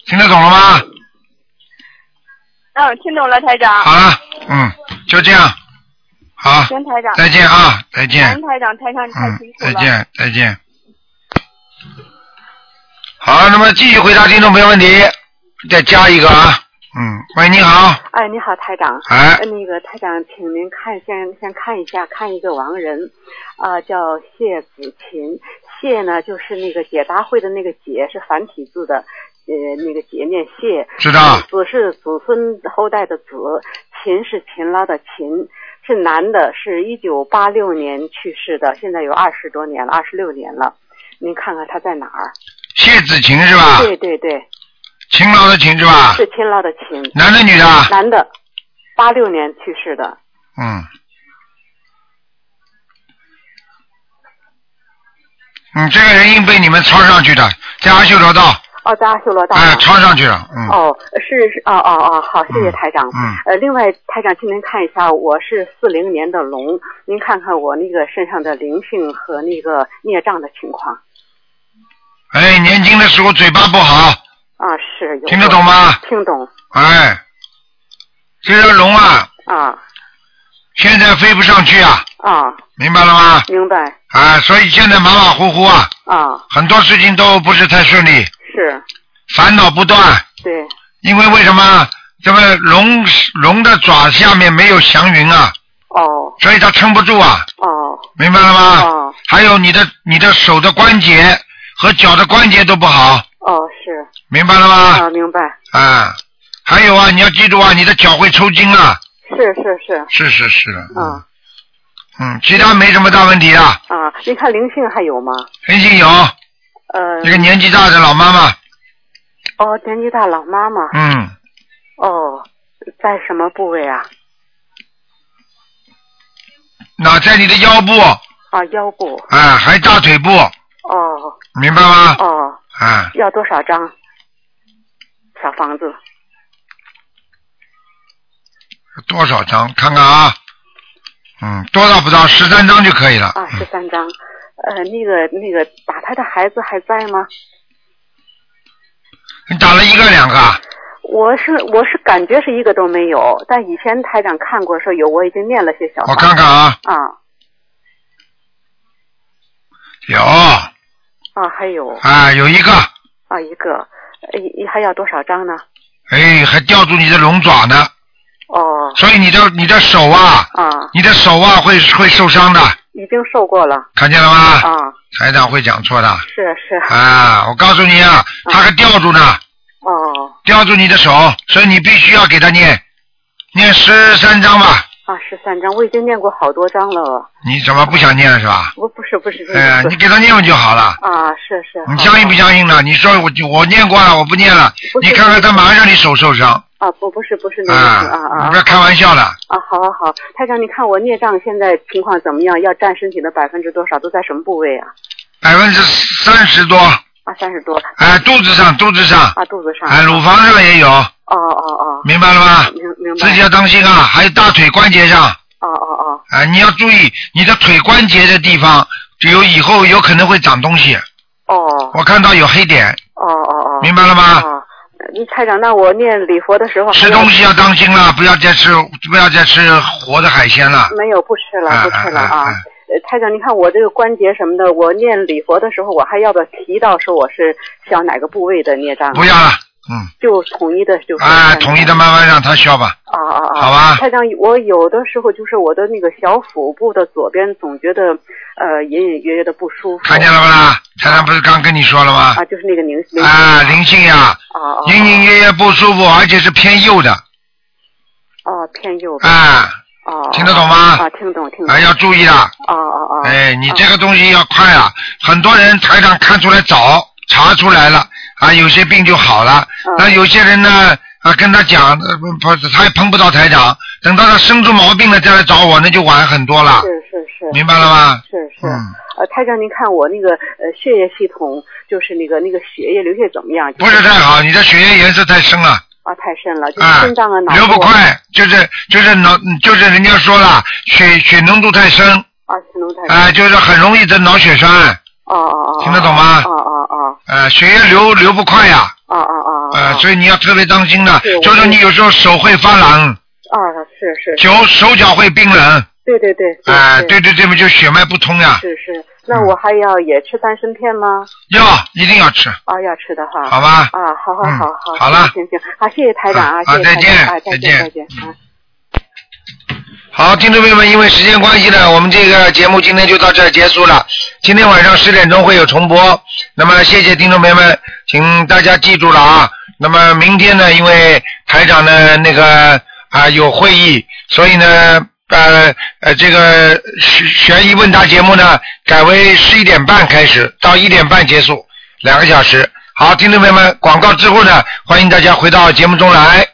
S1: 听得懂了吗？
S15: 嗯，听懂了，台长。
S1: 好了，嗯，就这样，好，
S15: 行，台长，
S1: 再见啊，再见
S15: 行，台长，台长，你太
S1: 嗯
S15: 辛，苦
S1: 再
S15: 了。
S1: 见，再见。好，那么继续回答听众朋友问题，再加一个啊，嗯，喂，你好，
S16: 哎，你好，台长。
S1: 哎
S16: 呃那个台长，请您看先先看一下，看一个亡人，啊、叫谢子琴。谢呢，就是那个解答会的那个解，是繁体字的，呃，那个解念谢。
S1: 知道
S16: 子是子孙后代的子，勤是勤劳的勤，是男的，是一九八六年去世的，现在有二十多年了，二十六年了。您看看他在哪儿？
S1: 谢子晴是吧？
S16: 对对对。
S1: 勤劳的勤是吧？
S16: 是勤劳的勤。
S1: 男的女啊的
S16: 男的，八六年去世的。
S1: 嗯，嗯，这个人硬被你们抄上去的，在阿修罗道，
S16: 哦，在阿修罗大
S1: 哎、
S16: 厦。
S1: 抄上去了，嗯，
S16: 哦，是是，哦哦哦，好，谢谢台长。
S1: 嗯
S16: 呃，另外，台长，请您看一下，我是四零年的龙，您看看我那个身上的灵性和那个孽障的情况
S1: 哎，年轻的时候嘴巴不好，
S16: 啊，是有。
S1: 听得懂吗？
S16: 听懂
S1: 哎，这条龙啊，
S16: 啊
S1: 现在飞不上去啊，
S16: 啊，
S1: 明白了吗？
S16: 明白
S1: 啊，所以现在马马虎虎啊，
S16: 啊，
S1: 很多事情都不是太顺利，
S16: 是
S1: 烦恼不断，
S16: 对
S1: 因为为什么？这个龙龙的爪下面没有祥云啊，
S16: 哦
S1: 所以它撑不住啊。
S16: 哦
S1: 明白了吗？还有你的你的手的关节和脚的关节都不好，
S16: 哦是
S1: 明白了吗？
S16: 啊，明白
S1: 啊，还有啊，你要记住啊，你的脚会抽筋啊。
S16: 是是是
S1: 是是是，
S16: 啊
S1: 嗯，其他没什么大问题啊。
S16: 啊，您看灵性还有吗？
S1: 林心有
S16: 呃，
S1: 一个年纪大的老妈妈，
S16: 哦，年纪大老妈妈
S1: 嗯，
S16: 哦，在什么部位啊？
S1: 那在你的腰部，
S16: 啊，腰部
S1: 啊，还大腿部，
S16: 哦
S1: 明白吗？
S16: 哦，
S1: 啊，
S16: 要多少张小房子？
S1: 多少张？看看啊，嗯，多少不到十三张就可以了。嗯
S16: 啊，十三张。呃，那个那个打他的孩子还在吗？
S1: 你打了一个两个啊，
S16: 我是我是感觉是一个都没有，但以前台长看过说有，我已经念了些小房
S1: 我
S16: 子。
S1: 看看啊，
S16: 啊
S1: 有
S16: 啊，还有
S1: 啊，有一个。
S16: 啊一个，呃一还要多少张呢？
S1: 哎，还吊住你的龙爪呢，
S16: 哦
S1: 所以你的你的手啊，
S16: 啊，
S1: 你的手啊会会受伤的，
S16: 已经受过了。
S1: 看见了吗？
S16: 啊，
S1: 台长会讲错的
S16: 是是
S1: 啊！我告诉你啊，他还吊住呢，
S16: 哦
S1: 吊住你的手，所以你必须要给他念，念十三章吧，
S16: 啊，十三章，我已经念过好多章了。
S1: 你怎么不想念了是吧？
S16: 我不是不是这个意思。
S1: 哎，你给他念念就好了。
S16: 啊，是 是。
S1: 你相信不相信呢？你说我我念过了，我不念了，
S16: 不是
S1: 你看看他马上让你手受伤。
S16: 啊，不不是不是那个意思啊啊！
S1: 你不要开玩笑了。
S16: 啊，好好好，台长，你看我孽障现在情况怎么样？要占身体的百分之多少？都在什么部位啊？
S1: 百分之三十多，
S16: 啊，三十多。
S1: 哎，肚子上，肚子上，
S16: 啊，肚子上。
S1: 哎，乳房上也有，
S16: 哦哦哦。
S1: 明白了吗
S16: 明明白。
S1: 自己要当心啊，还有大腿关节上，
S16: 哦哦哦，
S1: 哎，你要注意你的腿关节的地方，有以后有可能会长东西。
S16: 哦。
S1: 我看到有黑点，
S16: 哦哦哦。
S1: 明白了吗
S16: 啊，你台长，那我念礼佛的时候还
S1: 吃东西要当心了，不要再吃，不要再吃活的海鲜了。
S16: 没有，不吃了，
S1: 啊
S16: 不吃了
S1: 啊
S16: 啊！呃，台长，你看我这个关节什么的，我念礼佛的时候，我还要不要提到说我是想哪个部位的孽障？啊
S1: 不要了，嗯，
S16: 就统一的就是。
S1: 哎，统一的慢慢让他消吧。
S16: 啊啊啊！
S1: 好吧
S16: 台长，我有的时候就是我的那个小腹部的左边总觉得呃隐隐约约的不舒服。
S1: 看见了不啦？台长不是刚跟你说了吗？
S16: 啊，就是那个灵灵
S1: 啊，灵性呀，
S16: 啊
S1: 隐隐约约不舒服，而且是偏右的，
S16: 啊偏右边
S1: 啊，
S16: 哦，
S1: 听得懂吗
S16: 啊，听懂听懂。
S1: 哎要注意啊
S16: 啊啊啊！嗯
S1: 哎，你这个东西要快啊！很多人台上看出来早，查出来了啊，有些病就好了。
S16: 嗯
S1: 那有些人呢，啊，跟他讲，呃不不，他也碰不到台长，等到他生出毛病了再来找我，那就晚很多了
S16: 是。是是，
S1: 明白了吗？
S16: 是是，
S1: 嗯
S16: 呃，台长，您看我那个呃血液系统，就是那个那个血液流血怎么样？
S1: 不是太好，你的血液颜色太深了。
S16: 啊，太深了，就是
S1: 啊
S16: 心脏啊、脑
S1: 流不
S16: 部啊
S1: 快，就是就是脑，就是人家说了，血血浓度太深，
S16: 啊，心脏太
S1: 啊、就是很容易得脑血栓，
S16: 哦哦哦，
S1: 听得懂吗
S16: 哦哦哦，
S1: 呃，血液流流不快呀、
S16: 哦哦哦，
S1: 呃，所以你要特别当心的
S16: 对，我
S1: 就是你有时候手会发冷，
S16: 啊，是是，
S1: 手手脚会冰冷，
S16: 对对对，对
S1: 哎、对对对嘛，就血脉不通呀、
S16: 是是，那我还要也吃丹参片吗？
S1: 要一定要吃。
S16: 啊，要吃的哈，
S1: 好吧
S16: 啊，好好
S1: 嗯
S16: 好好，
S1: 好了
S16: 行行，行好，谢谢台长啊，
S1: 好
S16: 谢
S1: 再
S16: 谢台长
S1: 见
S16: 啊，再
S1: 再见
S16: 再见啊。
S1: 好，听众朋友们，因为时间关系呢，我们这个节目今天就到这儿结束了。今天晚上十点钟会有重播。那么谢谢听众朋友们，请大家记住了啊。那么明天呢，因为台长呢那个啊、有会议，所以呢呃呃这个悬悬疑问答节目呢改为十一点半开始，到一点半结束，两个小时。好，听众朋友们，广告之后呢，欢迎大家回到节目中来。